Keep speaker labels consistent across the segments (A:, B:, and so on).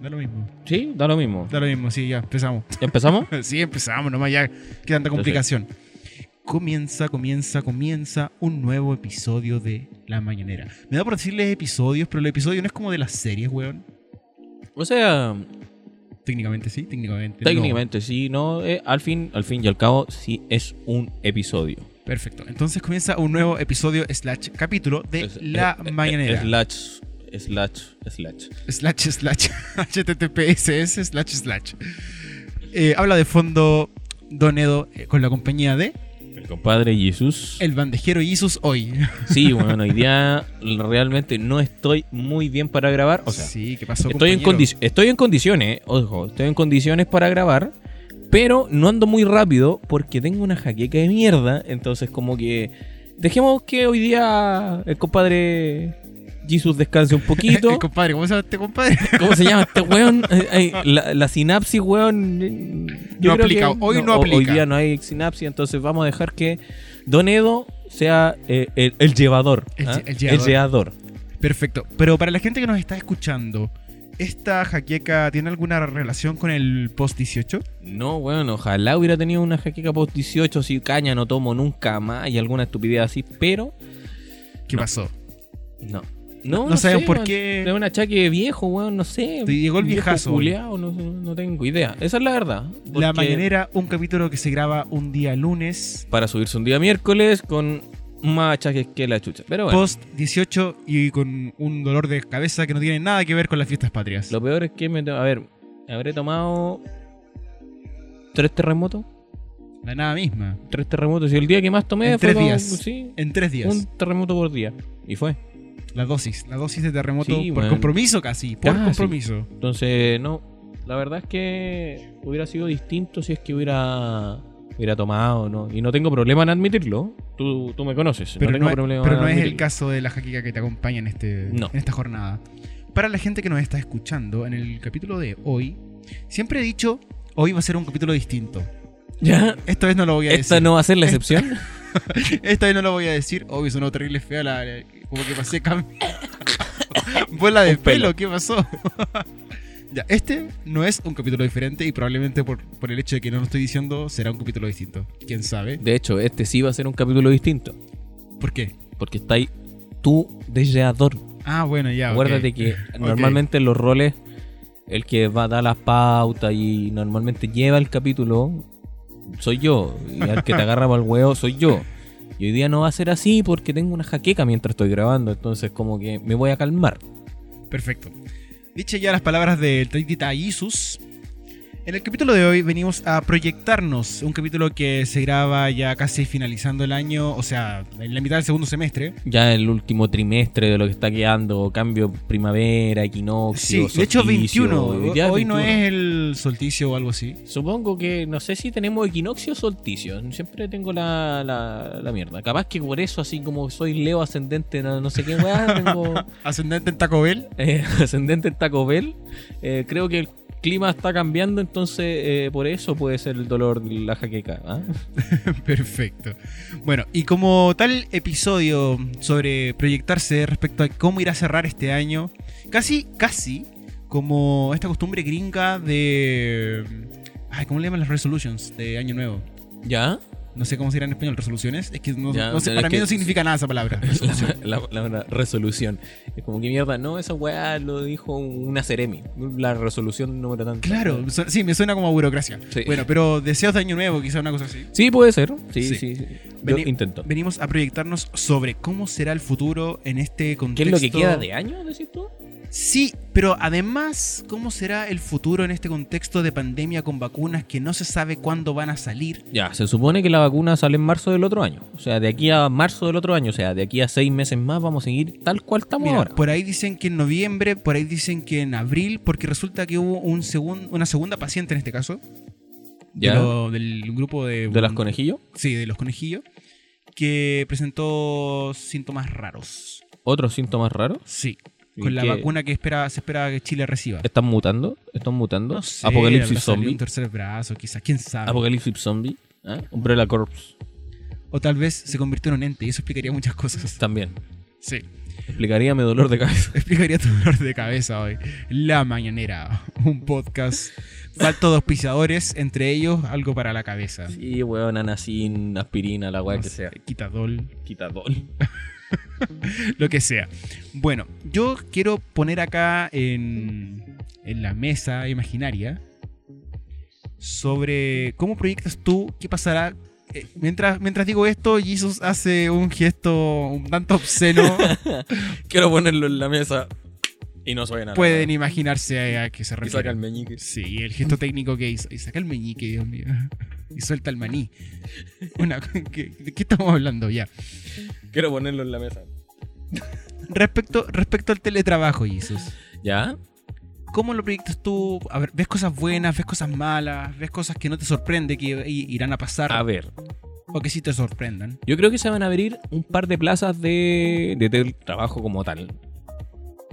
A: Da lo mismo.
B: Sí, da lo mismo.
A: Da lo mismo, sí, ya empezamos.
B: ¿Ya empezamos?
A: sí, empezamos, nomás ya. Qué tanta complicación. Comienza, comienza, comienza un nuevo episodio de La Mañanera. Me da por decirles episodios, pero el episodio no es como de las series, weón.
B: O sea,
A: Técnicamente sí, técnicamente. no.
B: técnicamente sí, no. eh, al fin, al fin y al cabo, sí es un episodio.
A: Perfecto. Entonces comienza un nuevo episodio slash capítulo de
B: Es-
A: La
B: eh, eh,
A: Mañanera.
B: Slash, slash, slash.
A: slash slash https slash slash Eh, habla de fondo Don Edo eh, con la compañía de
B: El compadre Jesús.
A: El Bandejero y sus hoy
B: Sí, bueno, hoy día realmente no estoy muy bien para grabar. O sea,
A: sí qué pasó
B: estoy, en
A: compañero?
B: condi- estoy en condiciones, eh, ojo, estoy en condiciones para grabar, pero no ando muy rápido porque tengo una jaqueca de mierda. Entonces, como que dejemos que hoy día el compadre Jesús descanse un
A: Eh,
B: poquito.
A: compadre cómo se llama este compadre
B: ¿Cómo se llama este weón? Eh, eh, la, la sinapsis, weón. eh, yo
A: No
B: creo
A: aplica, hoy no
B: ho- Hoy
A: aplica.
B: día no hay sinapsis, entonces vamos a dejar que Don Edo sea eh, el, el llevador.
A: El
B: ¿ah?
A: lle- el llevador.
B: llevador.
A: perfecto pero para la gente que nos está escuchando esta jaqueca tiene alguna relación con el post 18
B: No, weón, ojalá hubiera tenido una jaqueca post 18 si caña no tomo nunca más y alguna estupidez así, pero
A: qué
B: No.
A: pasó
B: no. No,
A: no, saben
B: sé,
A: por
B: weón.
A: qué
B: Es un achaque viejo, weón, no sé.
A: Te llegó el
B: Viejo
A: viejazo.
B: culiao, no, no tengo idea. Esa es la verdad. porque-
A: la mañanera un capítulo que se graba un día lunes
B: para subirse un día miércoles con más achaques que la chucha. Pero bueno,
A: post 18 y con un dolor de cabeza que no tiene nada que ver con las fiestas patrias
B: lo peor es que me. to- A ver, habré tomado. ¿Tres terremotos?
A: La nada misma.
B: Tres terremotos. Y el día que más tomé
A: En
B: fue.
A: tres
B: como-
A: días.
B: Sí,
A: En tres días.
B: un terremoto por día. Y fue.
A: La dosis. La dosis de terremoto
B: Sí,
A: por
B: weón.
A: compromiso casi. Por
B: Casi.
A: compromiso.
B: Entonces, no. La verdad es que hubiera sido distinto si es que hubiera. Hubiera tomado, ¿no? Y no tengo problema en admitirlo. Tú, tú me conoces.
A: Pero
B: no tengo
A: no, es-
B: problema
A: pero
B: en
A: no es el
B: admitirlo.
A: caso de la jaquica que te acompaña en, este,
B: No.
A: en esta jornada. Para la gente que nos está escuchando, en el capítulo de hoy, siempre he dicho, hoy va a ser un capítulo distinto.
B: Ya.
A: Esta vez no lo voy a
B: Esta
A: decir.
B: no va a ser la excepción.
A: Esta vez no lo voy a decir. Obvio, sonó terrible fea la... la- como que pasé cambio. Vuela de
B: Un pelo.
A: pelo, ¿qué pasó? ya, este no es un capítulo diferente y probablemente por, por el hecho de que no lo estoy diciendo será un capítulo distinto. ¿Quién sabe?
B: De hecho, este sí va a ser un capítulo distinto.
A: ¿Por qué?
B: Porque está ahí tú de lleador.
A: Ah, bueno, ya. ok.
B: Acuérdate que
A: Ok.
B: normalmente los roles, el que va a dar las pautas y normalmente lleva el capítulo, soy yo. Y al que te agarra para el huevo, soy yo. Y hoy día no va a ser así porque tengo una jaqueca mientras estoy grabando. Entonces, como que me voy a calmar.
A: Perfecto. Dichas ya las palabras del Taitita Isus. En el capítulo de hoy venimos a proyectarnos, un capítulo que se graba ya casi finalizando el año, o sea, en la mitad del segundo semestre.
B: Ya el último trimestre de lo que está quedando, cambio primavera, equinoccio.
A: Sí, de hecho
B: solsticio,
A: 21.
B: hoy día
A: Hoy no
B: 21.
A: es el solsticio o algo así.
B: Supongo que no sé si tenemos equinoccio o solsticio. Siempre tengo la, la, la mierda. Capaz que por eso, así como soy Leo ascendente, no, no sé qué weá, tengo
A: Ascendente en Taco Bell.
B: eh, ascendente en Taco Bell. Eh, creo que el clima está cambiando, entonces eh, por eso puede ser el dolor de la jaqueca. ¿ah?
A: Perfecto. Bueno, y como tal episodio sobre proyectarse respecto a cómo ir a cerrar este año, casi, casi como esta costumbre gringa de. Ay, ¿Cómo le llaman las resolutions de Año Nuevo?
B: ¿Ya?
A: No sé cómo se dirá en español, resoluciones. Es que no,
B: Ya,
A: no sé,
B: pero
A: para
B: es
A: mí
B: que-
A: no significa nada esa palabra. resolución.
B: La, la- la resolución. Es como que mierda, no, esa weá lo dijo una Ceremi. La resolución número tanto.
A: claro, su- sí, me suena como a burocracia.
B: Sí.
A: Bueno, pero deseos de Año Nuevo, quizá una cosa así.
B: Sí, puede ser. Sí,
A: Sí.
B: sí. sí. Yo
A: Vení-
B: intento.
A: Venimos a proyectarnos sobre cómo será el futuro en este
B: ¿Qué
A: contexto.
B: es lo que queda de año, decís tú?
A: Sí, pero además, ¿cómo será el futuro en este contexto de pandemia con vacunas que no se sabe cuándo van a salir?
B: Ya, se supone que la vacuna sale en marzo del otro año. O sea, de aquí a marzo del otro año, o sea, de aquí a seis meses más vamos a seguir tal cual estamos
A: Mira,
B: ahora.
A: por ahí dicen que en noviembre, por ahí dicen que en abril, porque resulta que hubo un segun- una segunda paciente en este caso, de
B: ¿Ya?
A: lo- del grupo de...
B: ¿De las conejillos?
A: Sí, de los conejillos, que presentó síntomas raros.
B: ¿Otros síntomas raros?
A: Sí,
B: ¿Y
A: con la
B: qué?
A: vacuna que espera, se espera que Chile reciba.
B: ¿Están mutando? ¿Están mutando?
A: No sé, habrá
B: ¿Apocalipsis
A: salido
B: zombie?
A: Un tercer brazo, quizás, quién sabe.
B: ¿Apocalipsis zombie? ¿Ah? ¿Umbrella Corps?
A: o tal vez se convirtió en un ente y eso explicaría muchas cosas.
B: También.
A: Sí.
B: Explicaría mi dolor de cabeza.
A: Explicaría tu dolor de cabeza hoy. La Mañanera, un podcast falto de auspiciadores, entre ellos algo para la cabeza.
B: Sí, weón, anacin, aspirina, la weá
A: No
B: que
A: sé,
B: sea.
A: Quitadol,
B: Quitadol.
A: lo que sea. Bueno, yo quiero poner acá en, en la mesa imaginaria sobre cómo proyectas tú, qué pasará. Eh, Mientras, mientras digo esto, Jesus hace un gesto un tanto obsceno.
B: Quiero ponerlo en la mesa y no suena nada.
A: Pueden imaginarse a qué se
B: Y
A: refiere.
B: saca el meñique.
A: Sí, el gesto técnico que hizo. Y saca el meñique, Dios mío. Y suelta el maní. Una, ¿qué- ¿De qué estamos hablando ya?
B: Quiero ponerlo en la mesa.
A: Respecto, respecto al teletrabajo, Jesus.
B: ¿Ya?
A: ¿Cómo lo proyectas tú? A ver, ¿ves cosas buenas, ves cosas malas, ves cosas que no te sorprende que i- irán a pasar
B: A ver,
A: o que sí te sorprendan?
B: yo creo que se van a abrir un par de plazas de, de teletrabajo como tal.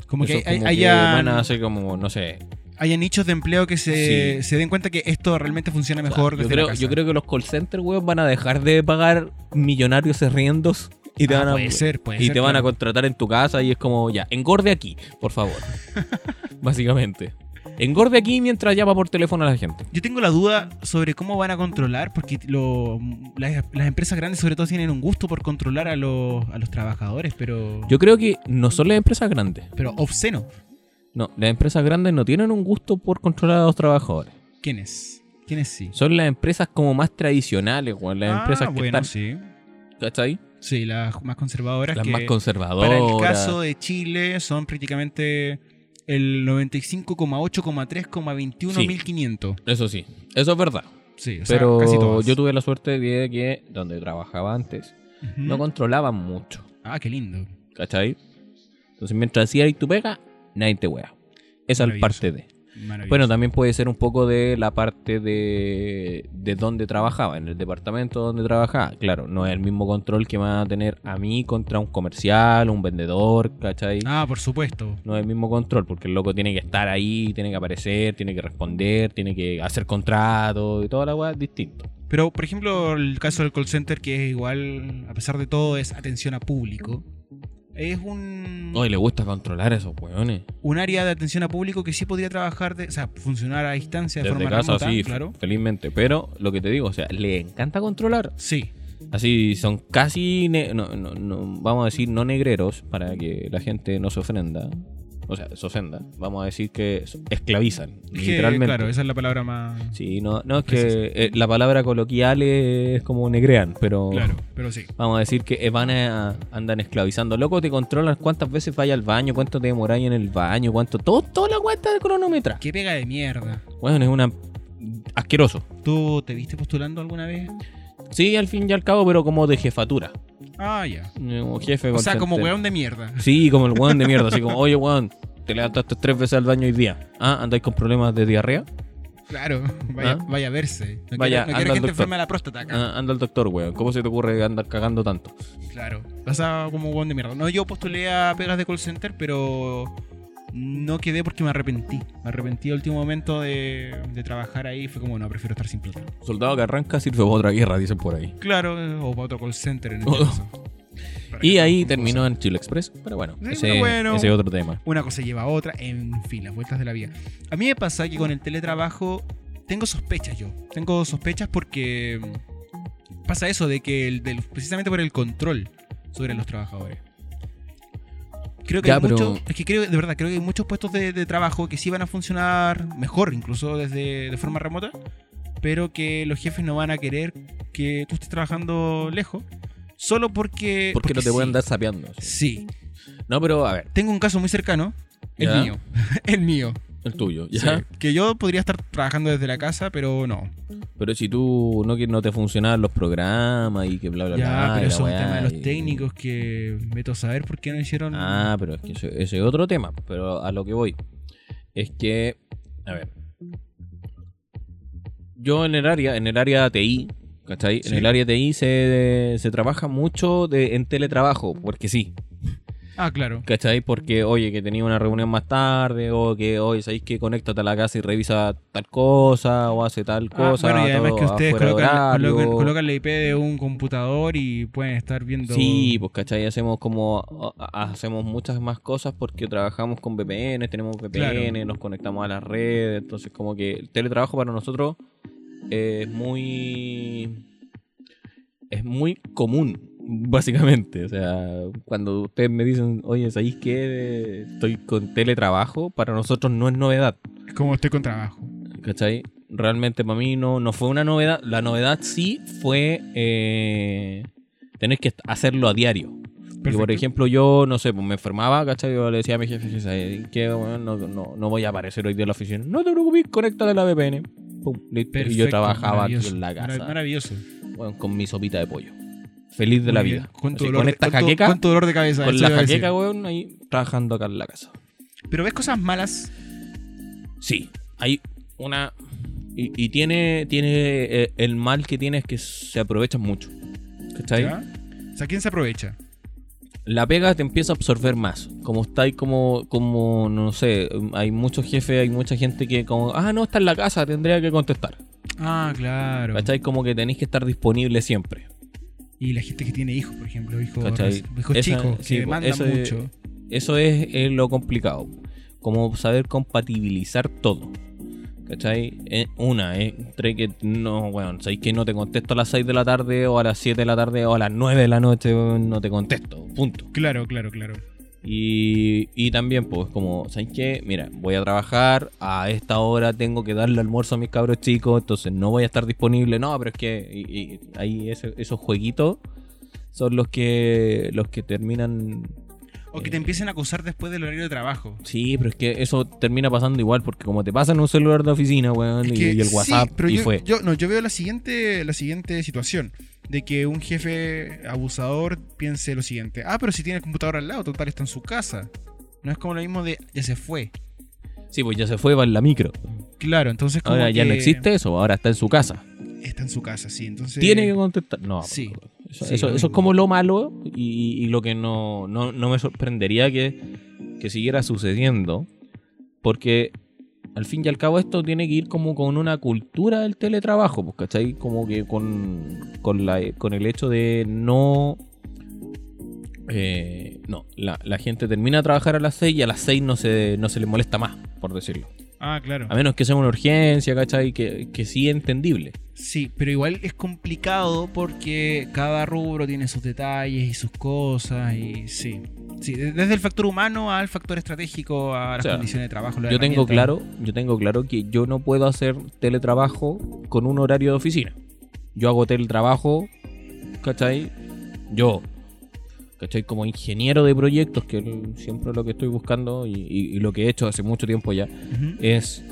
A: Como que,
B: Eso
A: hay-
B: como que
A: haya,
B: van a hacer como, no sé.
A: haya nichos de empleo que se,
B: Sí.
A: se den cuenta que esto realmente funciona mejor
B: yo,
A: desde
B: creo,
A: la casa.
B: yo creo que los call centers, weón, van a dejar de pagar millonarios arriendos y te
A: Ah,
B: van a.
A: puede ser, puede
B: y
A: ser,
B: te van a
A: claro.
B: contratar en tu casa y es como, ya, engorde aquí, por favor. Básicamente. Engorde aquí mientras llama por teléfono a la gente.
A: Yo tengo la duda sobre cómo van a controlar, porque lo- las, las empresas grandes sobre todo tienen un gusto por controlar a los, a los trabajadores, pero,
B: Yo creo que no son las empresas grandes.
A: pero obsceno.
B: No, las empresas grandes no tienen un gusto por controlar a los trabajadores.
A: ¿Quiénes? ¿Quiénes sí?
B: Son las empresas como más tradicionales, weón. Las
A: Ah,
B: empresas que
A: bueno,
B: están.
A: sí.
B: ¿Cachai?
A: Sí, las más conservadoras.
B: Las
A: que-
B: más conservadoras.
A: Para el caso de Chile son prácticamente el 95,8,3,21,500.
B: Sí.
A: 1500.
B: Eso sí, eso es verdad.
A: Sí, o sea,
B: Pero
A: casi todas.
B: yo tuve la suerte de que donde trabajaba antes
A: Ujú.
B: no controlaban mucho,
A: Ah, qué lindo.
B: ¿cachai? Entonces mientras hacías ahí tu pega, nadie te wea. Esa es la
A: Maravilloso.
B: parte de.
A: Maravilloso.
B: Bueno, también puede ser un poco de la parte de, de donde trabajaba, en el departamento donde trabajaba. Claro, no es el mismo control que me va a tener a mí contra un comercial, un vendedor, ¿cachai?
A: Ah, por supuesto.
B: No es el mismo control, porque el loco tiene que estar ahí, tiene que aparecer, tiene que responder, tiene que hacer contrato y toda la weá es distinto.
A: Pero, por ejemplo, el caso del call center, que es igual, a pesar de todo, es atención a público. Es un,
B: No, y le gusta controlar a esos weones.
A: un área de atención a público que sí podría trabajar, de, o sea, funcionar a distancia de
B: Desde
A: forma
B: casa,
A: remota,
B: sí,
A: claro.
B: felizmente. Pero lo que te digo, o sea, le encanta controlar.
A: Sí,
B: Así son casi, ne- no, no- no, vamos a decir, no negreros, para que la gente no se ofenda. O sea, se ofenda. Vamos a decir que so- esclavizan,
A: Es que,
B: literalmente.
A: claro, esa Pues es la palabra más...
B: Sí, no, no es que eh, la palabra coloquial es como negrean, pero
A: Claro, pero sí.
B: vamos a decir que eh, van a, andan esclavizando. Loco, te controlan cuántas veces vaya al baño, cuánto te demoráis en el baño, cuánto. Todo, toda la cuenta de cronometra.
A: Qué pega de mierda.
B: Bueno, es una. asqueroso.
A: ¿Tú te viste postulando alguna vez?
B: Sí, al fin y al cabo, pero como de jefatura. Eh,
A: Ah, ya.
B: Como jefe
A: O sea,
B: consentente.
A: como weón de mierda.
B: Sí, como el weón de mierda, así como, oye weón, te levantaste tres veces al baño hoy día. Ah, andáis con problemas de diarrea.
A: Claro, vaya,
B: ¿Ah?
A: vaya a verse. No quiero-
B: Vaya,
A: no quiero,
B: anda al
A: gente
B: doctor.
A: enferma de la próstata acá.
B: Ah, anda al doctor, weón. ¿Cómo se te ocurre andar cagando tanto?
A: Claro. O sea, como weón de mierda. No, yo postulé a pegas de call center, pero no quedé porque me arrepentí. Me arrepentí al último momento de, de trabajar ahí. Fue como, no, prefiero estar sin plata.
B: Soldado que arranca sirve para otra guerra, dicen por ahí.
A: Claro, eh, o para otro call center en este
B: Oh.
A: caso. Para
B: Y
A: que-
B: ahí terminó en Chile Express, pero bueno,
A: Sí,
B: ese,
A: pero bueno.
B: ese es otro tema.
A: una cosa lleva a otra, en fin, las vueltas de la vida. A mí me pasa que con el teletrabajo tengo sospechas yo. Tengo sospechas porque mm, pasa eso de que el del- precisamente por el control sobre los trabajadores. Creo que
B: Ya,
A: hay
B: pero-
A: muchos- es que creo, de verdad, creo que hay muchos puestos de, de trabajo que sí van a funcionar mejor, incluso desde de forma remota, pero que los jefes no van a querer que tú estés trabajando lejos, solo porque...
B: Porque no te voy a
A: sí.
B: andar sapeando.
A: Sí,
B: No, pero a ver,
A: tengo un caso muy cercano, el
B: Ya.
A: mío, el mío.
B: el tuyo, ¿ya?
A: Sí, que yo podría estar trabajando desde la casa, pero no.
B: Pero si tú no, que no te funcionaban los programas y que bla, bla, bla.
A: ya,
B: y
A: pero
B: la
A: eso es un
B: weá,
A: tema de
B: y-
A: los técnicos que meto a saber por qué no hicieron.
B: Ah, pero es que ese ese es otro tema. Pero a lo que voy. Es que. A ver. Yo en el área, en el área TI, ¿cachai?
A: Sí.
B: En el área TI se, se trabaja mucho de, en teletrabajo, porque sí.
A: Ah, claro.
B: ¿Cachai? Porque, oye, que tenía una reunión más tarde, o que, oye, sabéis que conéctate a la casa y revisa tal cosa, o hace tal
A: Ah,
B: cosa.
A: bueno, y además
B: todo
A: que ustedes
B: afuera de
A: colocan,
B: horario.
A: colocan- colocan la IP de un computador y pueden estar viendo.
B: Sí, pues, ¿cachai? Hacemos como, a- a- hacemos muchas más cosas porque trabajamos con VPN, tenemos VPN, nos conectamos a las redes, entonces como que el teletrabajo para nosotros es muy... Es muy común, básicamente. O sea, cuando ustedes me dicen, oye, ¿sabéis qué? Estoy con teletrabajo, para nosotros no es novedad.
A: Es como estoy con trabajo.
B: ¿Cachai? Realmente para mí no, no fue una novedad. La novedad sí fue eh, tener que est- hacerlo a diario. Y por
A: Perfecto.
B: ejemplo, yo, no sé, pues me enfermaba, ¿cachai? Yo le decía a mi jefe, ¿sabes qué? Bueno, no, no, no voy a aparecer hoy día en la oficina. No te preocupes, conéctate a la VPN. Pum, listo. y yo
A: Perfecto,
B: trabajaba aquí
A: maravilloso,
B: en la
A: marav-
B: casa,
A: Maravilloso.
B: bueno, con mi sopita de pollo. Feliz de la
A: Muy bien.
B: vida. Así,
A: ¿Cuánto dolor,
B: con
A: de-
B: esta
A: cuánto-
B: jaqueca,
A: cuánto dolor de cabeza?
B: con
A: eso
B: la
A: iba a decir.
B: jaqueca, weón, ahí trabajando acá en la casa.
A: Pero ves cosas malas.
B: Sí, hay una. Y, y tiene, tiene eh, el mal que tiene es que se aprovechan mucho. ¿Cachai?
A: ¿ya? O sea, ¿quién se aprovecha?
B: La pega te empieza a absorber más. Como está ahí, como, como, no sé, hay muchos jefes, hay mucha gente que como, ah, no, está en la casa, tendría que contestar.
A: Ah, claro.
B: ¿Cachai? Como que tenéis que estar disponible siempre.
A: Y la gente que tiene hijos, por ejemplo, hijos,
B: ¿Cachai?
A: hijos
B: Esa-
A: chicos,
B: sí,
A: que demandan
B: eso es-
A: mucho.
B: Eso es, es lo complicado. Como saber compatibilizar todo. ¿Cachai? Eh, una, eh, entre que no, bueno, sabéis que no te contesto a las 6 de la tarde o a las 7 de la tarde o a las 9 de la noche, weón, no te contesto, punto.
A: Claro, claro, claro.
B: Y, y también, pues, como, ¿sabéis qué? Mira, voy a trabajar, a esta hora tengo que darle almuerzo a mis cabros chicos, entonces no voy a estar disponible, no, pero es que y- y ahí ese- esos jueguitos son los que, los que terminan
A: O que
B: Eh.
A: te empiecen a acosar después del horario de trabajo.
B: Sí, pero es que eso termina pasando igual, porque como te pasan un celular de oficina, weón,
A: Es
B: y,
A: que
B: y el
A: sí,
B: WhatsApp,
A: pero
B: y
A: yo,
B: fue.
A: yo- no, yo veo la siguiente, la siguiente situación. De que un jefe abusador piense lo siguiente. Ah, pero si tiene el computador al lado, total, está en su casa. No es como lo mismo de ya se fue.
B: Sí, pues ya se fue, va en la micro.
A: Claro, entonces como
B: Ahora ya no
A: que
B: existe eso, ahora está en su casa.
A: Está en su casa, sí. Entonces.
B: Tiene que contestar. No,
A: Este, Sí,
B: pero- Eso,
A: sí,
B: eso-
A: lo
B: eso es
A: mismo.
B: como lo malo y, y lo que no, no, no me sorprendería que, que siguiera sucediendo, porque al fin y al cabo esto tiene que ir como con una cultura del teletrabajo, pues, ¿cachai? Como que con, con, la, con el hecho de no... eh, no, la, la gente termina de trabajar a las 6 y a las 6 no se, no se le molesta más, por decirlo.
A: Ah, claro.
B: A menos que sea una urgencia, ¿cachai? Que, que sí es entendible.
A: Sí, pero igual es complicado porque cada rubro tiene sus detalles y sus cosas y sí. Sí, de- desde el factor humano al factor estratégico a las
B: O sea,
A: condiciones de trabajo. las
B: Yo tengo
A: herramientas.
B: claro, yo tengo claro que yo no puedo hacer teletrabajo con un horario de oficina. Yo hago teletrabajo, ¿cachai? Yo, ¿cachai? Como ingeniero de proyectos, que es siempre lo que estoy buscando y, y- y lo que he hecho hace mucho tiempo ya,
A: Ujú.
B: es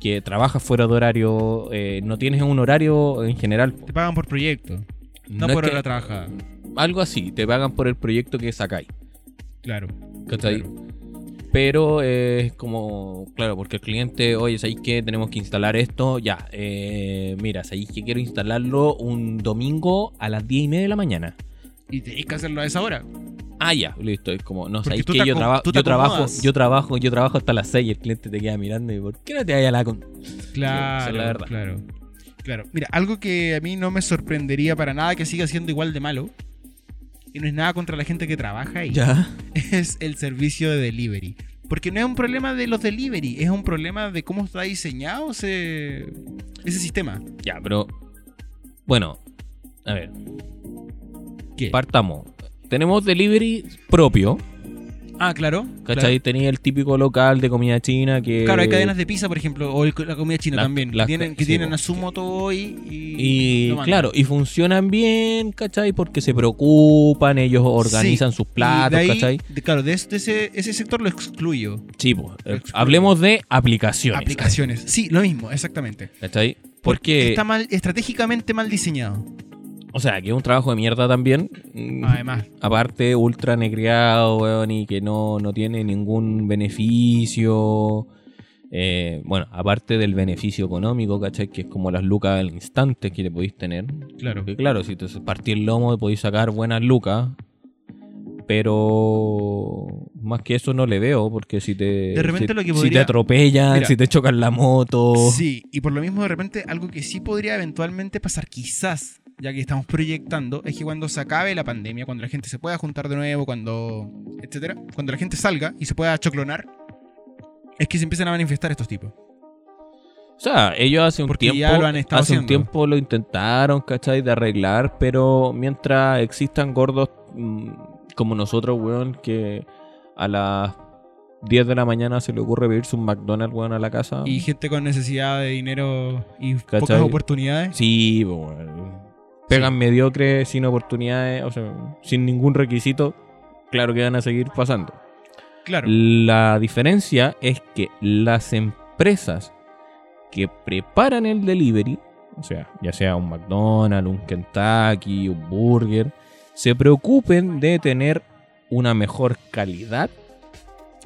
B: que trabajas fuera de horario, eh, no tienes un horario en general. po.
A: Te pagan por proyecto, no,
B: es
A: por
B: que-
A: hora trabajada.
B: Algo así, te pagan por el proyecto que sacáis.
A: Claro.
B: ¿Cachai?
A: Claro.
B: Pero eh, es como, claro, porque el cliente, oye, ¿sabéis que tenemos que instalar esto? Ya, eh, mira, ¿sabéis que quiero instalarlo un domingo a las 10 y media de la mañana?
A: Y tenés que hacerlo a esa hora.
B: Ah, ya, listo, es como, no,
A: Porque
B: ¿sabéis
A: tú
B: que
A: te
B: yo,
A: acom-
B: traba-
A: tú te
B: yo trabajo,
A: acomodas.
B: yo trabajo, yo trabajo hasta las 6 y el cliente te queda mirando y ¿por qué no te vayas a la con?
A: Claro,
B: esa es la verdad.
A: claro. Claro. Mira, algo que a mí no me sorprendería para nada que siga siendo igual de malo, y no es nada contra la gente que trabaja ahí,
B: Ya.
A: es el servicio de delivery. Porque no es un problema de los delivery, es un problema de cómo está diseñado ese, ese sistema.
B: Ya, pero, bueno, a ver,
A: ¿Qué?
B: partamos. Tenemos delivery propio,
A: ah, claro.
B: ¿cachai? Eh, Tenía el típico local de comida china que...
A: Claro. Claro, hay cadenas de pizza, por ejemplo, o el- la comida china
B: La-
A: también, que
B: la-
A: tienen, que
B: sí,
A: tienen
B: po.
A: a Sumo todo y... y
B: Y
A: lo mandan.
B: claro, y funcionan bien, ¿cachai? Porque se preocupan, ellos organizan sus
A: Y
B: platos,
A: de ahí,
B: ¿cachai?
A: de- claro, de, es- de ese, ese sector lo excluyo.
B: Sí, pues, eh,
A: Excluye.
B: hablemos de aplicaciones.
A: Aplicaciones. Sí, lo mismo, exactamente.
B: ¿Cachai? Porque,
A: Está mal, estratégicamente mal diseñado.
B: o sea, que es un trabajo de mierda también. mm,
A: Además,
B: Aparte, ultra negreado, weón, y que no, no tiene ningún beneficio. Eh, bueno, aparte del beneficio económico, ¿cachai? Que es como las lucas al instante que le podéis tener.
A: claro.
B: Porque claro, si te partís el lomo podéis sacar buenas lucas. Pero más que eso no le veo, porque si te,
A: De repente
B: si,
A: lo que
B: si te
A: podría-
B: atropellan,
A: Mira.
B: si te chocan la moto.
A: Sí, y por lo mismo de repente algo que sí podría eventualmente pasar, quizás, ya que estamos proyectando, es que cuando se acabe la pandemia, cuando la gente se pueda juntar de nuevo, cuando, etcétera, cuando la gente salga y se pueda choclonar, es que se empiezan a manifestar estos tipos.
B: O sea, ellos hace un
A: Porque ya
B: tiempo
A: lo han estado
B: hace un
A: haciendo.
B: tiempo lo intentaron, ¿cachai? De arreglar, pero mientras existan gordos mm, como nosotros, weón, que a las 10 de la mañana se le ocurre pedirse un McDonald's, weón, a la casa.
A: Y gente con necesidad de dinero y pocas
B: Ah. ¿Cachai?
A: oportunidades.
B: Sí, po, weón. Pegan mediocres, sin oportunidades, o sea, sin ningún requisito. Claro que van a seguir pasando.
A: Claro.
B: La diferencia es que las empresas que preparan el delivery, o sea, ya sea un McDonald's, un Kentucky, un burger, se preocupen de tener una mejor calidad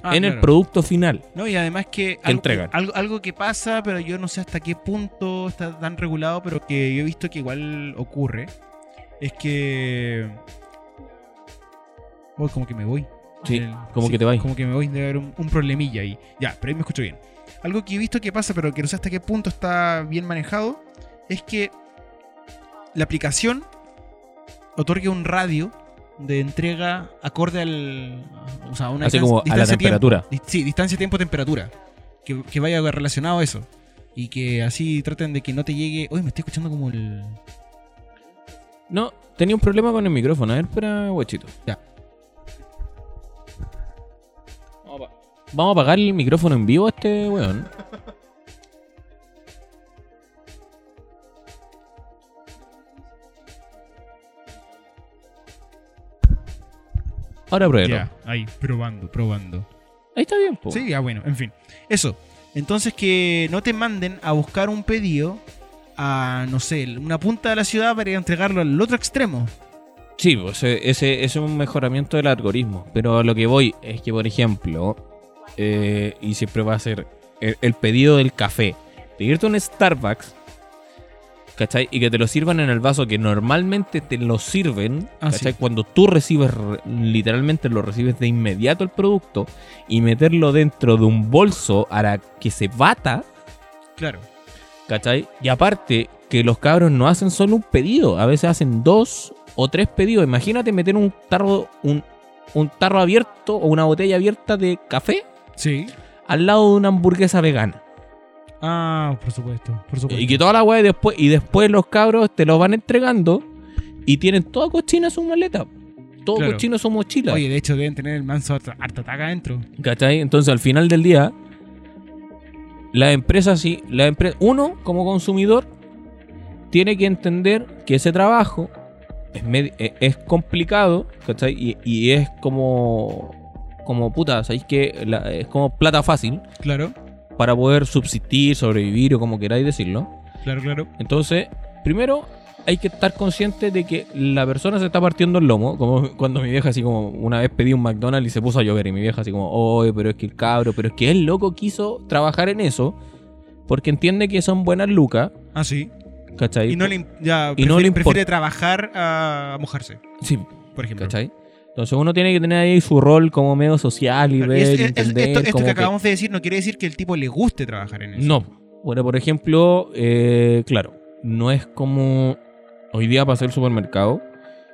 A: Ah,
B: en el
A: claro.
B: producto final.
A: No, y además que
B: Que
A: algo,
B: entregan.
A: algo, algo que pasa, pero yo no sé hasta qué punto está tan regulado, pero que yo he visto que igual ocurre, es que... Uy, como que me voy.
B: Sí,
A: El-
B: como que te vais.
A: Como que me voy, debe haber un, un problemilla ahí. Ya, pero ahí me escucho bien. Algo que he visto que pasa, pero que no sé hasta qué punto está bien manejado, es que la aplicación otorgue un radio de entrega acorde al... O sea, a una
B: Así
A: distan-
B: como a la
A: distancia de tiempo.
B: temperatura.
A: Di- Sí, distancia, tiempo, temperatura. Que, que vaya relacionado a eso. Y que así traten de que no te llegue. Uy, me estoy escuchando como el.
B: No, tenía un problema con el micrófono. A ver, espera, guachito.
A: Ya.
B: Vamos a apagar el micrófono en vivo a este weón. Ahora pruébelo.
A: ahí, probando, probando.
B: Ahí está bien, po.
A: Sí, ya bueno, en fin. Eso. Entonces que no te manden a buscar un pedido a, no sé, una punta de la ciudad para ir a entregarlo al otro extremo.
B: Sí, pues eh, ese, ese es un mejoramiento del algoritmo. Pero a lo que voy es que, por ejemplo, eh, y siempre va a ser el, el pedido del café. Pedirte un Starbucks, ¿cachai? Y que te lo sirvan en el vaso que normalmente te lo sirven,
A: Ah,
B: ¿cachai?
A: sí.
B: Cuando tú recibes, re- literalmente lo recibes de inmediato el producto y meterlo dentro de un bolso a la que se bata,
A: Claro.
B: ¿Cachai? Y aparte, que los cabros no hacen solo un pedido, a veces hacen dos o tres pedidos. Imagínate meter un tarro, un, un tarro abierto o una botella abierta de café
A: Sí.
B: al lado de una hamburguesa vegana.
A: Ah, por supuesto, por supuesto.
B: Y que toda la weá y después, y después los cabros te lo van entregando y tienen toda cochina su maleta. Todo
A: Claro.
B: cochino su mochila.
A: Oye, de hecho deben tener el manso harta harta taca adentro.
B: ¿Cachai? Entonces al final del día, la empresa sí, la empresa, uno como consumidor tiene que entender que ese trabajo es, medi- e- es complicado, ¿cachai? Y, y es como, como puta, ¿sabéis que es como plata fácil
A: Claro,
B: para poder subsistir, sobrevivir o como queráis decirlo?
A: claro, claro.
B: Entonces, primero hay que estar consciente de que la persona se está partiendo el lomo, como cuando mi vieja así como una vez pedí un McDonald's y se puso a llover y mi vieja así como, "Oye, pero es que el cabro, pero es que el loco quiso trabajar en eso porque entiende que son buenas lucas,
A: Ah, sí.
B: ¿cachai?
A: Y no le, im- ya,
B: Y no
A: prefi-
B: le importa.
A: prefiere trabajar a mojarse,
B: Sí,
A: por ejemplo.
B: ¿cachai? Entonces uno tiene que tener ahí su rol como medio social y
A: Claro,
B: ver,
A: y es- es-
B: entender
A: esto, esto
B: como
A: que
B: que-
A: acabamos de decir no quiere decir que el tipo le guste trabajar en eso.
B: No. Bueno, por ejemplo, eh, claro, no es como hoy día pasé al supermercado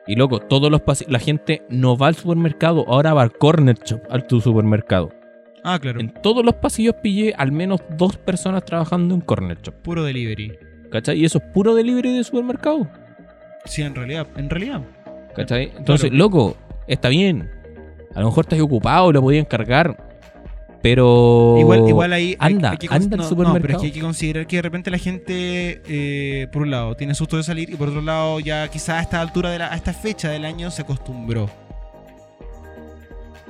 B: y loco, todos los pase- la gente no va al supermercado, ahora va al corner shop, al tu supermercado.
A: Ah, claro.
B: En todos los pasillos pillé al menos dos personas trabajando en corner shop,
A: Puro delivery.
B: ¿cachai? Y eso es puro delivery de supermercado,
A: Sí, en realidad, en realidad.
B: ¿cachai? Entonces, loco, está bien. A lo mejor estás ocupado, lo podías encargar, pero
A: Igual, igual ahí hay-
B: anda,
A: hay que cons-
B: anda al
A: no, no, pero es
B: supermercado.
A: que hay que considerar que de repente la gente, eh, por un lado, tiene susto de salir y por otro lado, ya quizás a esta altura, de la, a esta fecha del año, se acostumbró.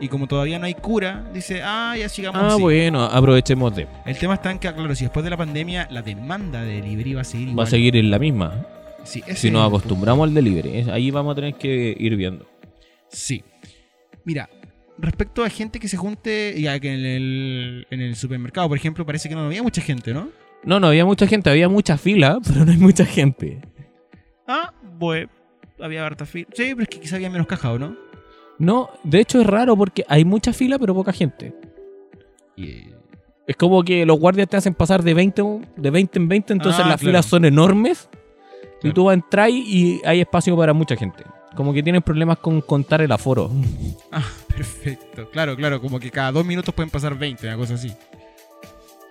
A: Y como todavía no hay cura, dice, ah, ya sigamos
B: Ah,
A: así".
B: bueno, aprovechemos de.
A: El tema está en que, ah, claro, si después de la pandemia la demanda de delivery va a seguir
B: Va
A: igual.
B: a seguir en la misma.
A: Sí, ese
B: Si
A: es
B: nos
A: el
B: acostumbramos al delivery, es- ahí vamos a tener que ir viendo.
A: Sí. Mira, respecto a gente que se junte, ya que en el, en el supermercado, por ejemplo, parece que no había mucha gente, ¿no?
B: No, no había mucha gente, había mucha fila, pero no hay mucha gente.
A: Ah, bueno, había harta fila. Sí, pero es que quizá había menos caja, ¿o no?
B: No, de hecho es raro porque hay mucha fila, pero poca gente. Es como que los guardias te hacen pasar de 20, de 20 en 20, entonces
A: Ah,
B: las
A: claro.
B: filas son enormes. Y
A: Claro.
B: tú vas a entrar y hay espacio para mucha gente. Como que tienen problemas con contar el aforo.
A: Ah, perfecto. Claro, claro, como que cada dos minutos pueden pasar 20, una cosa así.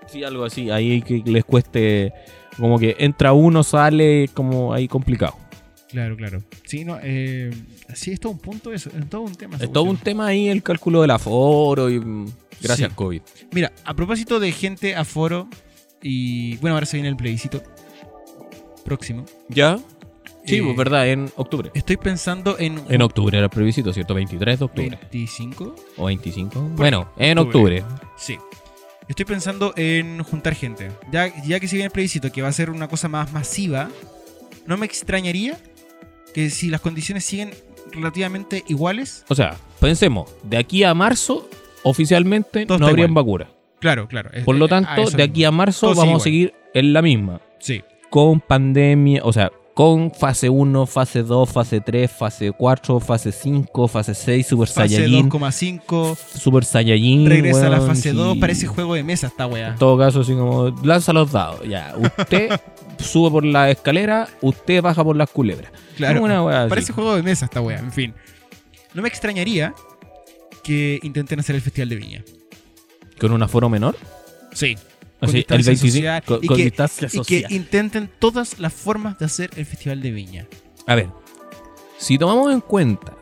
B: Sí, algo así. Ahí que les cueste. Como que entra uno, sale, como ahí complicado.
A: Claro, claro. Sí, no, eh, sí, es todo un punto eso, es todo un tema. esa
B: Es todo un
A: cuestión.
B: tema ahí el cálculo del aforo y. mm, Gracias,
A: Sí.
B: COVID.
A: Mira, a propósito de gente a foro y bueno, ahora se viene el plebiscito próximo.
B: ¿Ya? Sí,
A: Eh,
B: pues, verdad, en octubre.
A: Estoy pensando en,
B: En octubre era el plebiscito, ¿cierto? 23 de octubre.
A: 25.
B: ¿O 25?
A: ahí,
B: Bueno, en
A: octubre.
B: octubre.
A: Sí. Estoy pensando en juntar gente. Ya, ya que se viene el plebiscito, que va a ser una cosa más masiva, no me extrañaría que si las condiciones siguen relativamente iguales.
B: O sea, pensemos, de aquí a marzo, oficialmente
A: Todo
B: no
A: está
B: habrían
A: igual.
B: vacuna.
A: Claro, claro. es-
B: Por lo
A: eh, a
B: tanto,
A: eso
B: de
A: mismo.
B: aquí a marzo
A: Todo sigue
B: vamos a seguir en la misma.
A: Sí,
B: Con pandemia, o sea, con fase 1, fase 2, fase 3, fase 4, fase 5, fase 6, Super
A: fase
B: Saiyajin.
A: 2,5.
B: Super Saiyajin.
A: Regresa a la
B: weón,
A: fase
B: sí.
A: 2, parece juego de mesa esta weá.
B: En todo caso, así como, lanza los dados. Ya, usted sube por la escalera, usted baja por las culebras.
A: Claro.
B: Una weá así.
A: Parece juego de mesa esta weá, en fin. No me extrañaría que intenten hacer el Festival de Viña.
B: Con un aforo menor.
A: Sí. Con
B: Así, el
A: distancia
B: 25,
A: social
B: con-
A: y
B: con
A: que-
B: distancia
A: Y que
B: social.
A: intenten todas las formas de hacer el Festival de Viña.
B: A ver, si tomamos en cuenta